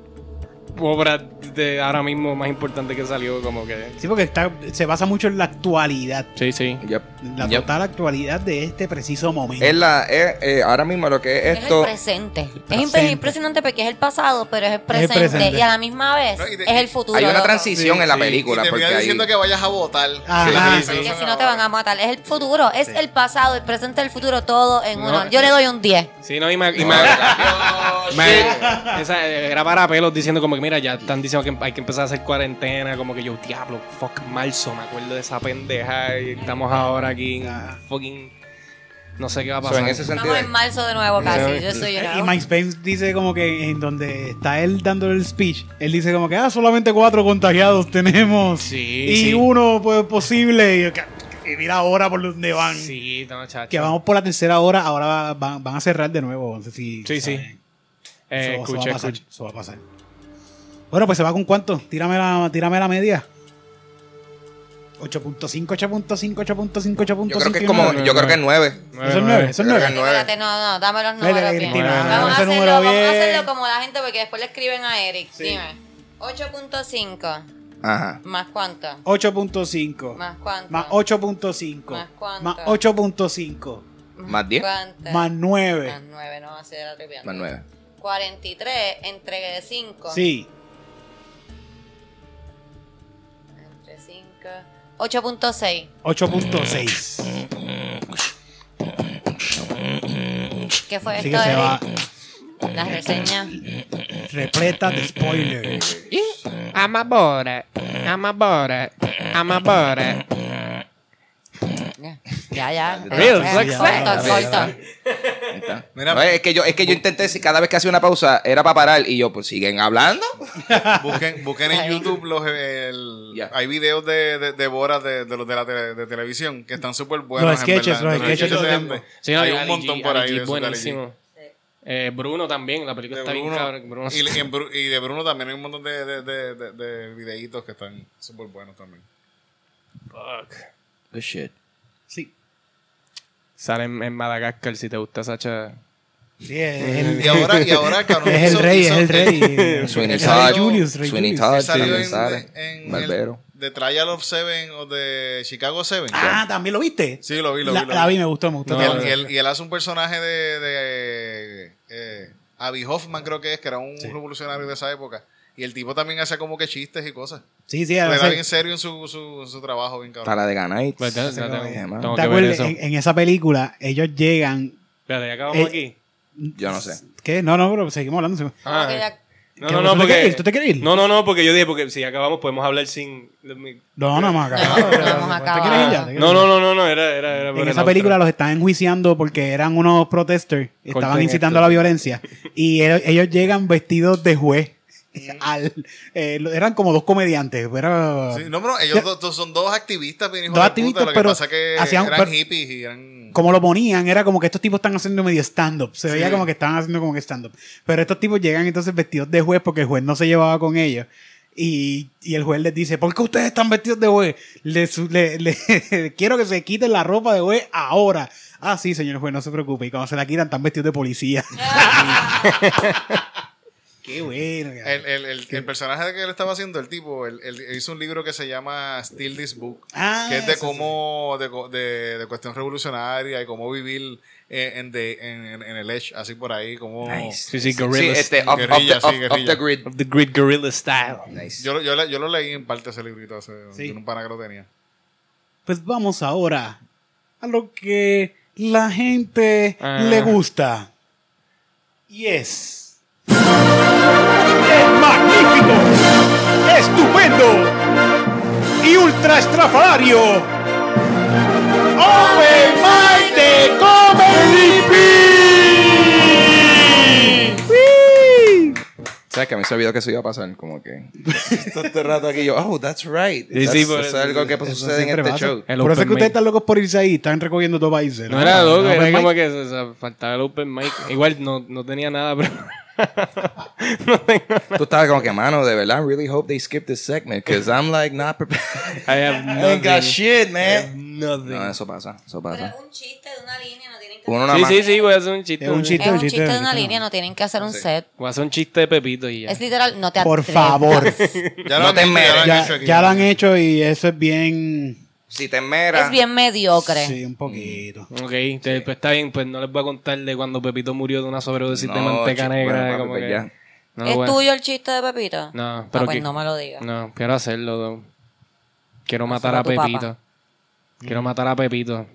obras de ahora mismo más importantes que salió, como que... Sí, porque está, se basa mucho en la actualidad. Sí, sí. Yep, La yep. total actualidad de este preciso momento. Es la, es, eh, ahora mismo lo que es Es esto... el presente. Es Presente. impre- impresionante porque es el pasado, pero es el presente. presente. Y a la misma vez No, y de- es el futuro. Hay una loco. transición Sí, en la sí. película. y porque termina ahí- diciendo <laughs> que vayas a votar. Ajá. Sí, sí, Porque sí, si no te van a matar. Es el futuro, es el pasado, el presente, el futuro, todo en uno. Yo le doy un 10. Sí, no, y me... y No, Ah, me- no, me- shit. esa, eh, era para pelos diciendo como que mira, ya están diciendo que hay que empezar a hacer cuarentena, como que yo, diablo, fuck marzo, me acuerdo de esa pendeja y estamos ahora aquí en fucking No sé qué va a So, pasar. en ese sentido. Estamos en marzo de nuevo casi. Yo soy you eh, Y know. Mike Spence dice como que en donde está él dándole el speech, él dice como que, ah, solamente cuatro contagiados tenemos. Sí, y sí. uno pues posible. Y, yo, "Ca- y mira ahora por donde van. Sí, no, chacho. Que vamos por la tercera hora, ahora va- van, van a cerrar de nuevo. No sé si Sí, sí. saben. Eso- Eh, eso escuché, va a pasar, escuché. eso va a pasar. Bueno, pues se va con cuánto? Tírame la, tírame la media. 8.5, 8.5, 8.5, 8.5. Yo creo que es como. Yo creo que es nueve. Eso es 9, eso es Yo creo que 9. Espérate, es nueve. no, no, dame los Mira, números bien. Cristina, Bueno. vamos, a ese hacerlo, número vamos a bien. hacerlo como la gente porque después le escriben a Eric. Dime. 8.5. Ajá. ¿Más cuánto? 8.5. ¿Más cuánto? Más 8.5. ¿Más cuánto? Más 8.5. Más diez. ¿Cuánto? Más 9. Más 9, no va a ser atrevido. Más nueve. 43 entre 5. Sí. Entre 5. 8.6. 8.6. Pues ¿Qué fue Así que esto, se va Eric? Las reseñas. repleta de Eh, spoilers. I'm a bora. I'm a bora. I'm a bora. Ya, ya. Real, Eh, flex, Corto, flex. corto. Ahí está. Mira. No, es que yo, es que yo intenté, si cada vez que hacía una pausa, era para parar. Y yo, pues, ¿siguen hablando? Busquen, busquen en YouTube los el- Ya. hay videos de, de, de Boras de, de los de la tele- de televisión que están súper buenos. Los en sketches, verdad. los sketches los de tengo. antes. Sí, no, hay y un Ali montón G, por Ali ahí. G, de eso, de Ali G. buenísimo. Eh, Bruno también, la película De está bien cabrón. Bruno, Bruno. y, y en Bru- y de Bruno también hay un montón de, de, de, de- de videitos que están súper buenos también. Fuck. Good Oh, shit. Sí. Sale en, en Madagascar si te gusta Sacha. Sí, es el, Y ahora, y ahora cabrón, es el hizo- rey, es hizo- el rey. Sweeney Ese salió- Todd. Julius, Ray Sweeney Julius. Todd. Él salió Sweeney en, Todd, en el- Barbero. de Trial of Seven o de Chicago Seven. Ah, ¿también lo viste? Sí, lo vi, lo vi, La, lo la vi. vi, me gustó, me gustó. No, y, Te- él, y él- y él hace un personaje de, de, eh, Abby Hoffman, creo que es, que era un revolucionario de esa época. Y el tipo también hace como que chistes y cosas. Sí, sí, a Le da veces- bien serio en su, su, su trabajo, bien cabrón. Para la de Ganai. ¿Verdad? Pues, Ya tengo- tengo Oh, ¿Te que ver acuerdas? eso. En, en esa película, ellos llegan. Espérate, ya acabamos Eh, aquí. Yo no sé. ¿Qué? No, no, pero seguimos hablando. seguimos- Ah. Como que ya- No, ¿Qué- no, tú no, te porque. quieres ir? ¿Tú te quieres ir? No, no, no, porque yo dije, porque si acabamos podemos hablar sin. No, No, no hemos acabado. No, no hemos ¿Te quieres ir ya? acabado. ¿Te quieres no, ir? no, no, no, era, era, era por En el esa outro. película los estaban enjuiciando porque eran unos protesters, estaban Corten incitando esto. a la violencia. Y ellos, ellos llegan vestidos de juez. Al, eh, lo- eran como dos comediantes. Pero, Sí, no, pero ellos dos- dos- son dos activistas, bien hijos Dos de activistas, puta. Lo que pero pasa que hacían- eran pero- hippies y eran... como lo ponían, era como que estos tipos están haciendo medio stand-up. Se veía Sí. como que estaban haciendo como que stand-up. Pero estos tipos llegan entonces vestidos de juez porque el juez no se llevaba con ellos. Y, y el juez les dice, ¿por qué ustedes están vestidos de juez? Les, le- le- <laughs> quiero que se quiten la ropa de juez ahora. Ah, sí, señor juez, no se preocupe. Y cuando se la quitan, están vestidos de policía. <laughs> qué bueno. cara. El, el, el, el personaje que él estaba haciendo, el tipo, él, él hizo un libro que se llama Steal This Book, Ah, que es de eso cómo, de, co- de, de cuestión revolucionaria y cómo vivir eh, en, de- en, en- en el edge, así por ahí, como... Sí, sí, Sí, Gorilla este, off, off Guerrilla, the, sí, off- guerrilla. off the grid. Of the Grid Gorilla Style. Nice. Yo, lo- yo, le- yo lo leí en parte ese librito hace Sí. tiene un pana que lo tenía. Pues vamos ahora a lo que la gente Ah. le gusta. Y es. ¡Es magnífico! ¡Estupendo! ¡Y ultra estrafalario! ¡Open Mic de Comedy Pit! ¡Wii! ¿Sabes que me se olvidó que eso iba a pasar? Como <laughs> que. Todo este rato aquí yo, oh, that's right. Sí, pues, That's- sí, eso por- es algo que Eso sucede en siempre este pasa. show. El Por eso es open que ustedes mic. están locos por irse ahí, están recogiendo dos países. No era loco, Open era mic. como que o sea, faltaba el open mic. Igual no, no tenía nada, pero. <laughs> no tengo. Tú estabas como que, mano, de verdad, I really hope they skip this segment, because I'm like not prepared. I have <laughs> I ain't got nothing. shit, man. Nothing. No, eso pasa, eso Pero pasa. un chiste de una línea, no tienen que Uno hacer- nada Sí, más. sí, sí, voy a hacer un chiste. Es un chiste. Es un chiste de no. una línea, no tienen que hacer un set. Voy a hacer un chiste de Pepito y ya. Es literal, no te Por atrevas. favor. Ya No lo han te hecho, ya lo han ya, hecho aquí. ya lo han hecho y eso es bien. Si te <laughs> enmeras. Es bien mediocre. Sí, un poquito. Ok, te- pues está bien, pues no les voy a contar de cuando Pepito murió de una sobredosis de No, manteca chico, negra. bueno, como papi, pues que, ya. No, ¿Es bueno. tuyo el chiste de Pepito? No, Ah, pero pues que- no me lo digas. No, quiero hacerlo. though. Quiero matar a Hazlo a tu Pepito. Quiero matar a Pepito.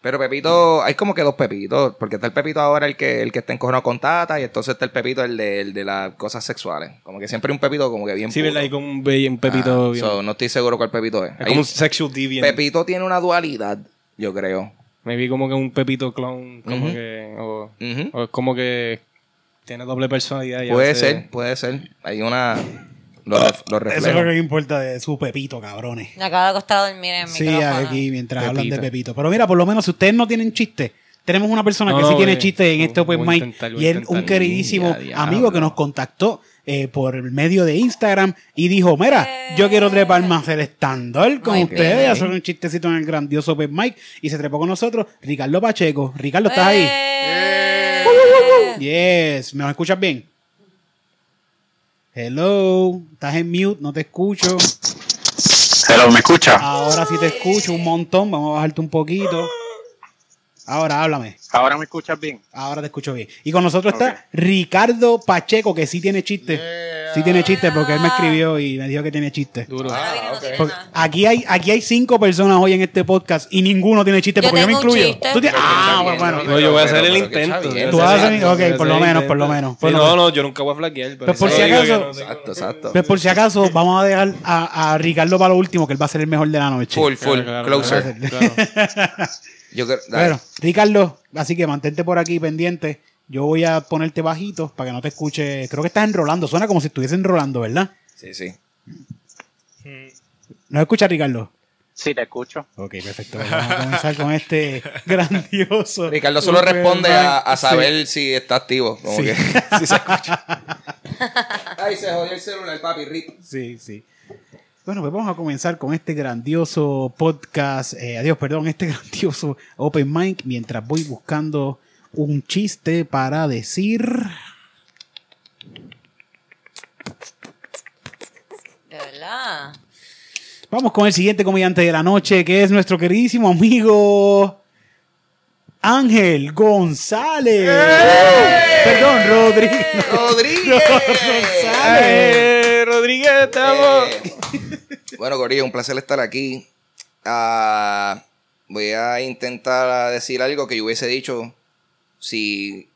Pero Pepito, hay como que dos Pepitos, porque está el Pepito ahora el que, el que está encojonado con Tata, y entonces está el Pepito el de, el de las cosas sexuales. Como que siempre hay un Pepito como que bien Sí, puro. ¿verdad? Y con un, be- un Pepito. Ah, bien- so, no estoy seguro cuál Pepito es. es Hay- como un sexual deviant. Pepito tiene una dualidad, yo creo. Me vi como que un Pepito clown, como Ujú. que. O, Ujú. o es como que tiene doble personalidad. y a Puede veces- ser, puede ser. Hay una. Los, ref- los Eso es lo reflejos. que importa de su Pepito, cabrones. Me acaba de costar dormir en el Sí, micrófono. aquí mientras hablan de Pepito. Pepito. Pero mira, por lo menos si ustedes no tienen chiste, tenemos una persona No, que sí no, tiene eh, chiste en este voy Open a Mic intentarlo, y voy a él, un intentarlo. queridísimo Ya, diablo. amigo que nos contactó eh, por el medio de Instagram y dijo, mira, yo quiero trepar más el estándar con Muy ustedes, bien. hacer un chistecito en el grandioso Open Mic y se trepó con nosotros Ricardo Pacheco. Ricardo, ¿estás ahí? ¡Eh! Yes, ¿me escuchas bien? Hello, estás en mute, no te escucho. Hello, ¿me escucha? Ahora sí te escucho un montón, vamos a bajarte un poquito. Ahora háblame, Ahora me escuchas bien. ahora te escucho bien. Y con nosotros está Ricardo Pacheco, que sí tiene chiste. Sí tiene chiste porque él me escribió y me dijo que tiene chiste. Duro. Ahora viene, no tiene Porque nada. aquí hay, aquí hay cinco personas hoy en este podcast y ninguno tiene chiste Yo porque yo me tengo un incluyo. chiste. Tú tienes- Pero ah, está pues bien, bueno. No, yo voy a Pero- hacer el pero- pero intento. que está yo Tú voy a vas a hacer el hacer- ok, intento, por yo lo voy a hacer el menos, por lo intento. menos, Sí, por lo no, menos. no, yo nunca voy a flaquear. Pues por eso si digo que acaso- no tengo- Exacto, exacto. Pues por si acaso vamos a dejar a, a Ricardo para lo último, que él va a ser el mejor de la noche. Full, full, Claro, claro, closer. claro, claro. Yo creo. dale. Bueno, Ricardo, así que mantente por aquí pendiente. Yo voy a ponerte bajito para que no te escuche. Creo que estás enrolando. Suena como si estuviese enrolando, ¿verdad? Sí, sí. ¿No escucha Ricardo? Sí, te escucho. Ok, perfecto. Vamos a comenzar con este <laughs> grandioso. Ricardo solo Open responde a, Mic. a saber si está activo. Como Sí. que. <laughs> si se escucha. Ay, se jodió el celular, papi. Rip. Sí, sí. Bueno, pues vamos a comenzar con este grandioso podcast. eh, adiós, perdón, este <laughs> grandioso Open Mic mientras voy buscando un chiste para decir. De verdad. Vamos con el siguiente comediante de la noche, que es nuestro queridísimo amigo Ángel González. Perdón, Rodríguez. ¡Rodríguez! González. ¡Eh, Rodríguez, estamos! Eh, bueno, Corillo, un placer estar aquí. Ah, voy a intentar ah, decir algo que yo hubiese dicho si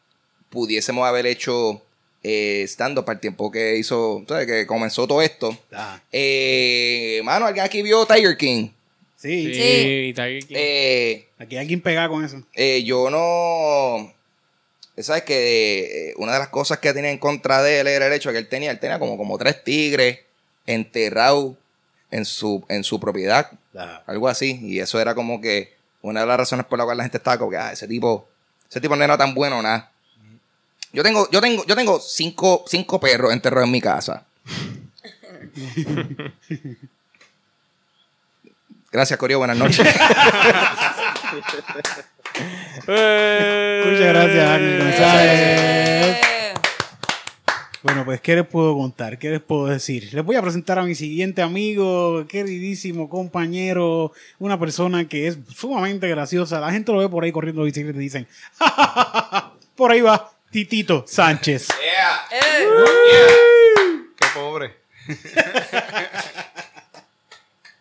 pudiésemos haber hecho eh, stand-up para el tiempo que hizo, ¿sabes? Que comenzó todo esto. Ah, Eh, mano, ¿alguien aquí vio Tiger King? sí, Sí, Tiger King. Eh, aquí hay alguien pegado con eso. eh, yo no... ¿Sabes que eh, Una de las cosas que tenía en contra de él era el hecho de que él tenía, él tenía como, como tres tigres enterrados en su, en su propiedad. algo así. Y eso era como que una de las razones por la cual la gente estaba como que, ah, ese tipo, ese tipo no era tan bueno, nada. Yo tengo, yo tengo, yo tengo cinco, cinco perros enterrados en mi casa. <laughs> Gracias, Corio. Buenas noches. Eh, Muchas gracias, Ángel González. Eh. Bueno, pues, ¿qué les puedo contar? ¿Qué les puedo decir? Les voy a presentar a mi siguiente amigo, queridísimo compañero, una persona que es sumamente graciosa. La gente lo ve por ahí corriendo bicicleta y dicen, "Ja, ja, ja, ja". por ahí va Titito Sánchez. Eh. Qué pobre.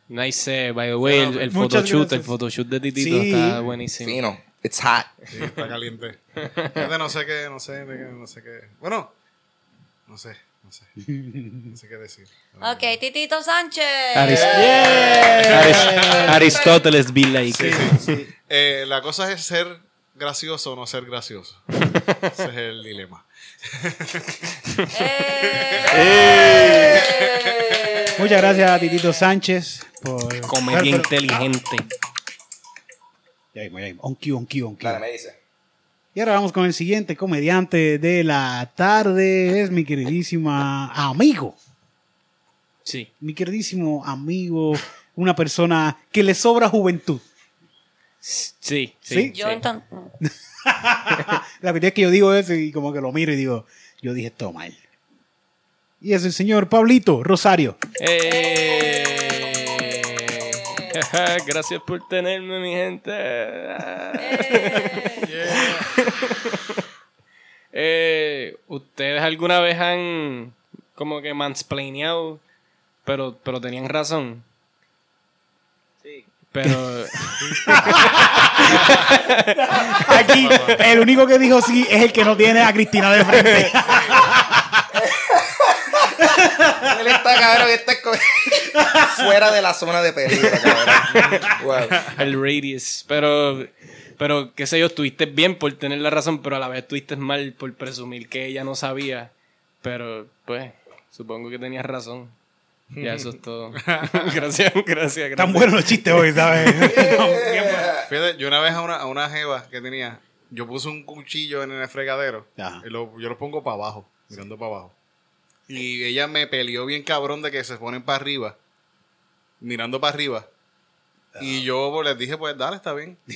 Nice, eh, by the way, el, Muchas el photoshoot, gracias. el photoshoot de Titito Sí. está buenísimo. Fino. It's hot. Sí, está caliente. Fíjate, no sé qué, no sé, de qué, no sé qué. Bueno, no sé, no sé. No sé qué decir. Ok, Titito Sánchez. Eh. Aris- Aris- Aristóteles be like. <laughs> Eh, la cosa es ser gracioso o no ser gracioso. Ese es el dilema. Eh. Muchas gracias a Titito Sánchez por... Comedia Pero- pero- inteligente. Ya mismo, ya mismo. On cue, on cue, on cue. Claro, me dice. Y ahora vamos con el siguiente comediante de la tarde. Es mi queridísima amigo. Sí. mi queridísimo amigo, una persona que le sobra juventud. Sí. ¿Sí? Sí. Yo entonces. La verdad es que yo digo eso y como que lo miro y digo, yo dije esto mal. Y es el señor Pablito Rosario. Eh. <laughs> Gracias por tenerme, mi gente. Eh, ¿Ustedes alguna vez han como que mansplaineado, pero, pero tenían razón? Sí. Pero... Aquí, el único que dijo sí es el que no tiene a Cristina de frente. Él está, cabrón, que está co- <laughs> fuera de la zona de peligro, cabrón. Wow. el radius. Pero Pero, qué sé yo, estuviste bien por tener la razón, pero a la vez estuviste mal por presumir que ella no sabía. Pero, pues, supongo que tenías razón. Ya <laughs> eso es todo. gracias, gracias, gracias. Tan buenos los chistes hoy, ¿sabes? Fíjate, yo una vez a una, a una jeva que tenía, yo puse un cuchillo en el fregadero. Ajá. y lo- yo lo pongo para abajo, mirando para abajo. Y ella me peleó bien cabrón de que se ponen para arriba, mirando para arriba. Y yo pues, les dije, pues dale, está bien. <laughs>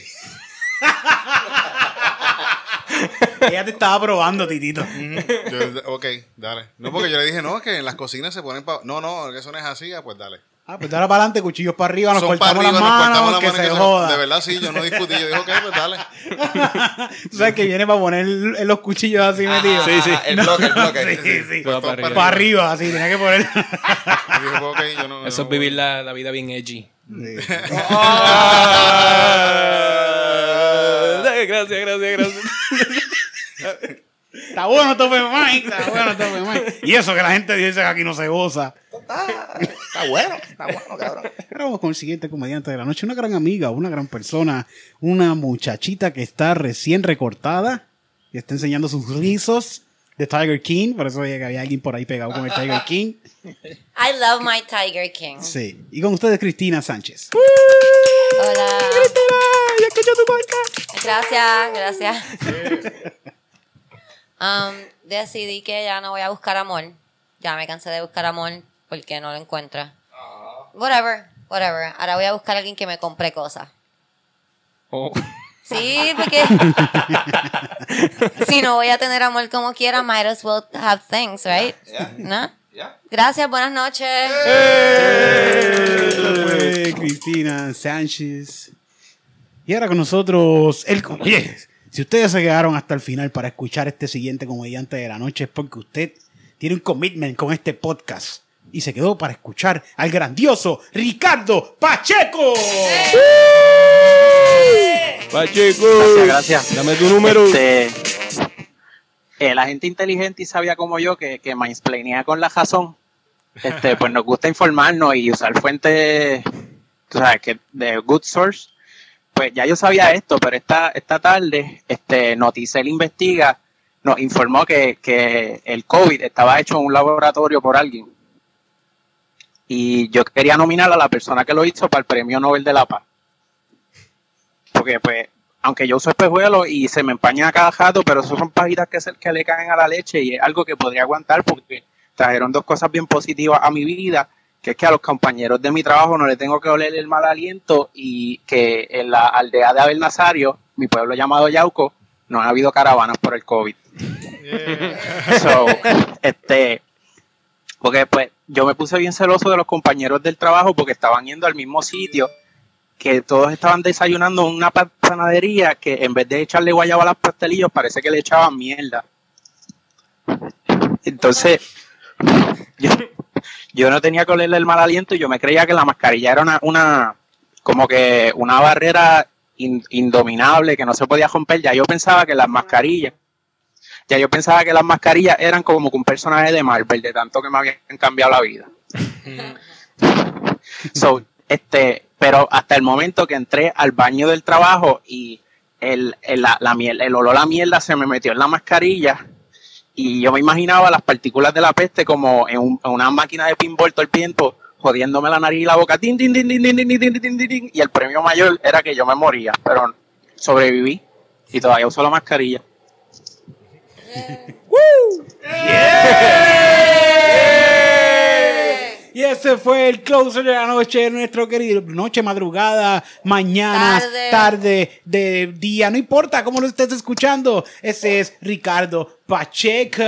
Ella te estaba probando, titito. Yo, ok, dale. No, porque yo le dije, no, es que en las cocinas se ponen para... No, no, eso no es así, ah, pues dale. Ah, pues de ahora para adelante, cuchillos para arriba, nos Son cortamos para las arriba, manos, nos cortamos las que manos y se que se- joda. De verdad, sí, yo no discutí. Yo dije, ok, pues <laughs> dale. Tú sabes que viene para poner en los cuchillos así metidos. sí, sí. El bloque, el bloque. Sí, sí. Todo para Para arriba, así, tenía que poner. Y dije, pues, ok, Pues, yo no... yo Eso es no- vivir la, la vida bien edgy. gracias, gracias, gracias. Está bueno, tope Mike. Está bueno, tope Mike. Y eso que la gente dice que aquí no se goza. Está bueno, está bueno, cabrón. Ahora vamos con el siguiente comediante de la noche. Una gran amiga, una gran persona, una muchachita que está recién recortada y está enseñando sus rizos de Tiger King. Por eso dije que había alguien por ahí pegado con el Tiger King. I love my Tiger King. Sí. Y con ustedes, Cristina Sánchez. Hola. Gracias, gracias. Um, decidí que ya no voy a buscar amor. Ya me cansé de buscar amor porque no lo encuentro. Whatever, whatever. Ahora voy a buscar a alguien que me compre cosas. Sí, porque si no voy a tener amor como quiera, might as well have things, right? ¿No? Gracias, buenas noches. Esta fue Cristina Sánchez. Y ahora con nosotros, el com- Oye, si ustedes se quedaron hasta el final para escuchar este siguiente comediante de la noche es porque usted tiene un commitment con este podcast. Y se quedó para escuchar al grandioso Ricardo Pacheco. Gracias, gracias. Dame tu número. Este, eh, la gente inteligente y sabia como yo, que, que mansplainea con la razón, este, pues nos gusta informarnos y usar fuentes, tú sabes, que de good source. Pues ya yo sabía esto, pero esta, esta tarde, este, Noticel Investiga nos informó que, que el COVID estaba hecho en un laboratorio por alguien. Y yo quería nominar a la persona que lo hizo para el Premio Nobel de la Paz. Porque pues aunque yo uso espejuelos y se me empaña cada jato, pero eso son pajitas que, se, que le caen a la leche y es algo que podría aguantar porque trajeron dos cosas bien positivas a mi vida, que es que a los compañeros de mi trabajo no le tengo que oler el mal aliento y que en la aldea de Abel Nazario, mi pueblo llamado Yauco, no ha habido caravanas por el COVID. So, este, porque pues yo me puse bien celoso de los compañeros del trabajo porque estaban yendo al mismo sitio que todos estaban desayunando en una pa- panadería que en vez de echarle guayaba a los pastelillos, parece que le echaban mierda. Entonces, <laughs> yo, yo no tenía que olerle el mal aliento y yo me creía que la mascarilla era una, una como que una barrera in- indominable que no se podía romper. Ya yo pensaba que las mascarillas, ya yo pensaba que las mascarillas eran como que un personaje de Marvel, de tanto que me habían cambiado la vida. So, este, pero hasta el momento que entré al baño del trabajo y el, el- la, la miel, el olor a mierda se me metió en la mascarilla y yo me imaginaba las partículas de la peste como en, un- en una máquina de pinball todo el tiempo, jodiéndome la nariz y la boca, tin, tin, tin, tin, tin, tin, tin, tin, tin, tin, tin, y el premio mayor era que yo me moría, pero sobreviví y todavía uso la mascarilla. Y ese fue el closer de la noche, nuestro querido. Noche, madrugada, mañana, tarde, Tarde. de día, no importa cómo lo estés escuchando. Ese es Ricardo Pacheco.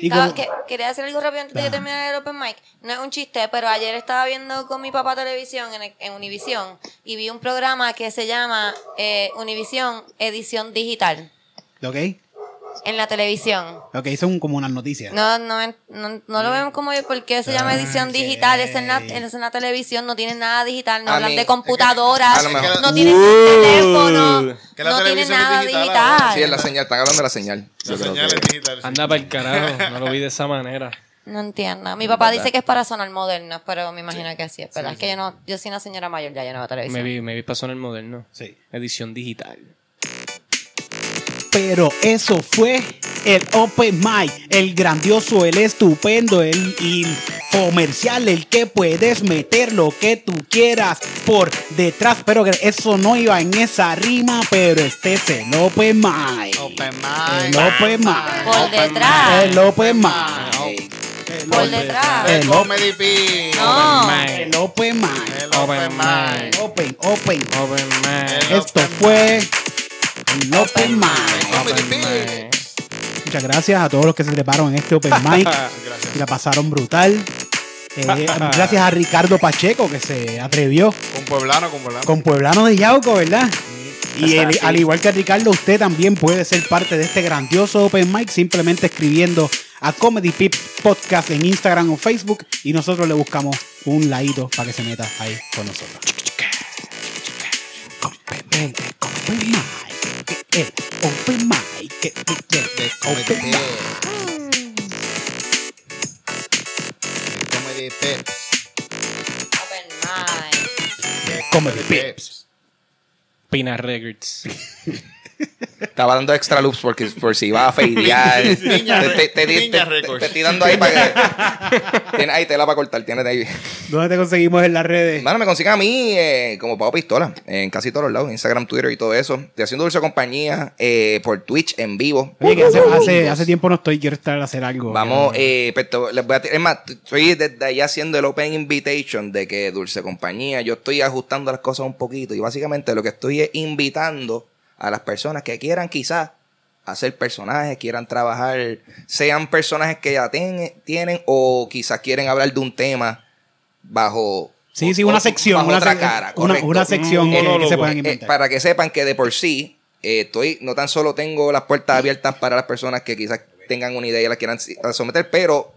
Y Ah, como- que- quería hacer algo rápido antes de que terminara el open mic. No es un chiste, pero ayer estaba viendo con mi papá televisión en, el- en Univisión y vi un programa que se llama eh, Univisión Edición Digital Ok, en la televisión. ok, son como unas noticias. No, no, en- no, no lo vemos como por qué se llama edición digital. Es en, la, es en la televisión, no tienen nada digital, no A hablan mí, de computadoras, es que- a lo mejor. no tienen Wow. teléfono, Que la no tienen televisión es nada digital digital. ahora. Sí, es la señal, están hablando de la señal. Yo Las creo que- señales digitales. sí. Anda para el carajo, no lo vi de esa manera. No entiendo. Mi papá dice que es para sonar moderno, pero me imagino que sí. Es verdad. es que yo no, yo soy una señora mayor, ya yo no veo Me televisión. vi, me vi pasó en el moderno. Sí. Edición digital. Pero eso fue el Open Mic, el grandioso, el estupendo, el, el comercial, el que puedes meter lo que tú quieras por detrás. Pero que eso no iba en esa rima, pero este es el Open Mic. Open El mind. Open Mic. Por detrás. El Open Mic. Por detrás. El Comedy Pin. No. Ah. El Open Mic. El Open mind. Open, open. Open mind. El Esto fue el Open Mic. Comedy Pin. Muchas gracias a todos los que se treparon en este Open <laughs> Mic. Gracias. Y la pasaron brutal. Eh, gracias a Ricardo Pacheco que se atrevió Con Pueblano, con Pueblano. con Pueblano de Yauco, ¿verdad? Y el- Así. al igual que Ricardo, usted también puede ser parte de este grandioso Open Mic simplemente escribiendo a Comedy Pips Podcast en Instagram o Facebook y nosotros le buscamos un ladito para que se meta ahí con nosotros. Open Mic, eh, eh, Open Mic, eh, eh, eh, Comedy Open Pin. Mic. El Comedy Pin. Open mind. Comedy Pips. Pips. Pina Records. Estaba dando extra loops porque por si iba a feidear. <laughs> te, Niña te- te- te- Niña te- Records. te estoy dando ahí para que. Tienes ahí tela para cortar, tienes ahí. ¿Dónde te conseguimos en las redes? Mano, me consiguen a mí eh, como Pau Pistola en casi todos los lados, Instagram, Twitter y todo eso. Estoy haciendo dulce compañía eh, por Twitch en vivo. Oye, que hace, hace, hace tiempo no estoy, quiero estar a hacer algo. Vamos, Ya. eh, pues, te- les voy a, es más, estoy desde allá haciendo el Open Invitation de que Dulce Compañía, yo estoy ajustando las cosas un poquito y básicamente lo que estoy es invitando a las personas que quieran quizás hacer personajes, quieran trabajar, sean personajes que ya ten- tienen o quizás quieren hablar de un tema bajo... Sí, sí, o- una o- sección. bajo Una, otra sec- cara, una, correcto. una sección Un eh, que monólogo. se puedan Eh, inventar. para que sepan que de por sí eh, estoy no tan solo tengo las puertas abiertas para las personas que quizás tengan una idea y la quieran si- la someter, pero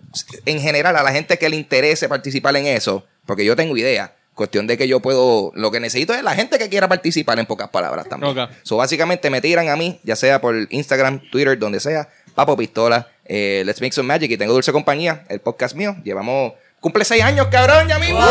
en general a la gente que le interese participar en eso, porque yo tengo idea, cuestión de que yo puedo, lo que necesito es la gente que quiera participar en pocas palabras también. Ok. So, básicamente me tiran a mí, ya sea por Instagram, Twitter, donde sea, Papo Pistola, eh, Let's Make Some Magic y tengo Dulce Compañía, el podcast mío, llevamos, cumple seis años, cabrón, ya mismo.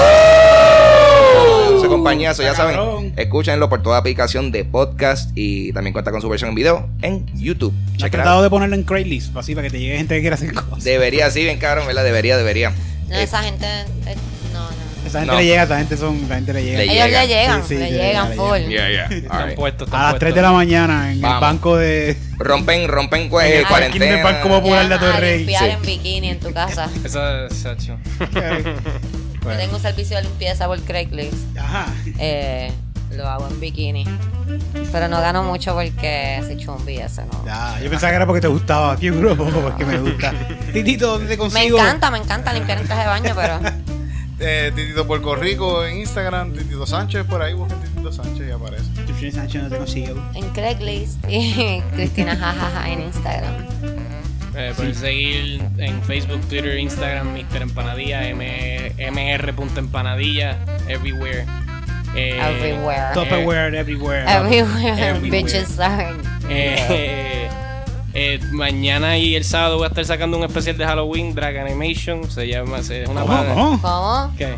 Dulce Compañía, so ya saben, escúchenlo por toda aplicación de podcast y también cuenta con su versión en video en YouTube. He Check it tratado out. de ponerlo en Craigslist, así para que te llegue gente que quiera hacer cosas. Debería, sí, bien cabrón, ¿verdad? Debería, debería. No, Eh, esa gente. eh, No, no. Esa gente No. le llega, esa gente son, la gente le llega. Le Ellos llega. le llegan, Sí, sí, le le llegan llega, full. le yeah, yeah. All Están right. puestos, están A las 3 de puestos. la mañana en el Vamos. banco de. Rompen, rompen pues, Ay, cuarentena. Kinder Bank como- Popular de Llaman a Torrey, limpiar sí. en bikini en tu casa. Esa, Sacho. Yo tengo un servicio de limpieza por Craigslist. Ajá. Eh, lo hago en bikini. Pero no gano mucho porque soy chumbi ese, ¿no? Ya, yo pensaba que era porque te gustaba aquí en Europa, porque me gusta. Titito, ¿dónde te Me consigo? encanta, me encanta limpiar en traje de baño, pero Eh, Titito Puerto Rico en Instagram, Titito Sánchez, por ahí busquen Titito Sánchez y aparece. Cristian Sánchez no te consigo. en Craigslist <laughs> y Cristina jajaja en Instagram. Eh, pueden seguir en Facebook, Twitter, Instagram, Mr. Empanadilla, M- mr.empanadilla, everywhere. Eh, Everywhere. Tupperware, everywhere. Everywhere, Everywhere. bitches are. eh, eh, mañana y el sábado voy a estar sacando un especial de Halloween, Drag Animation. Se llama, se- es una ¿Cómo? pana- ¿Cómo? ¿Cómo? ¿Qué?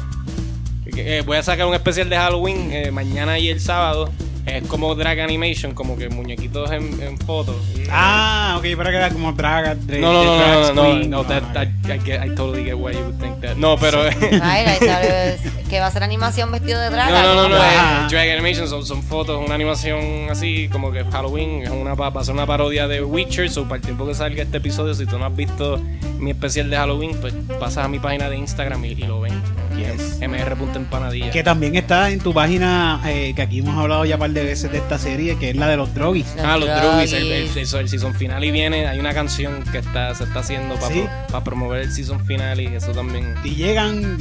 Que- eh, voy a sacar un especial de Halloween eh, mañana y el sábado. Es como drag animation, como que muñequitos en, en fotos. Ah, ok, pero que era como draga. dra- No, no, no, drag no, no, no, queen. no, that- that- I, get- I totally get why you would think that. No, pero... <laughs> Ay, la chava- que va a ser animación vestido de <laughs> No, draga. no, no, no, Ajá. eh, drag animation son, son fotos, una animación así, como que Halloween, es una, pa- va a ser una parodia de Witcher, so para el tiempo que salga este episodio, si tú no has visto mi especial de Halloween, pues pasas a mi página de Instagram y, y lo ven. Yes. mr.empanadilla. Que también está en tu página, eh, que aquí hemos hablado ya un par de veces de esta serie, que es la de los droguis. Los ah, los Druggies, el, Druggies. el- el- el season final y viene, hay una canción que está, se está haciendo para ¿Sí? promover el season final y eso también. Y llegan.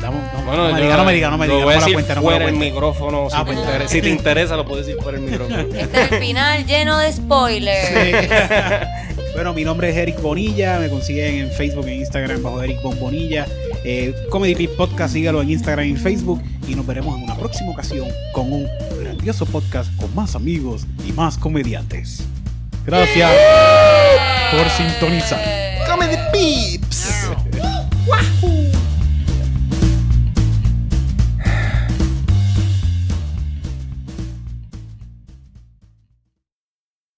Damos, damos- Bueno, no me yo- diga, no me diga, no me diga, Lo no voy a me la decir cuenta, no me la fuera el cuenta. micrófono, si, Ah, te pues, interesa, si te interesa lo puedes decir fuera el <laughs> micrófono. Este es el final lleno de spoilers. Sí. bueno, mi nombre es Eric Bonilla, me consiguen en Facebook, en Instagram bajo Eric Bon Bonilla. Eh, Comedy Clip Podcast, sígalo en Instagram y en Facebook. Y nos veremos en una próxima ocasión con un grandioso podcast con más amigos y más comediantes. Gracias por sintonizar. <laughs> Comedy Pin.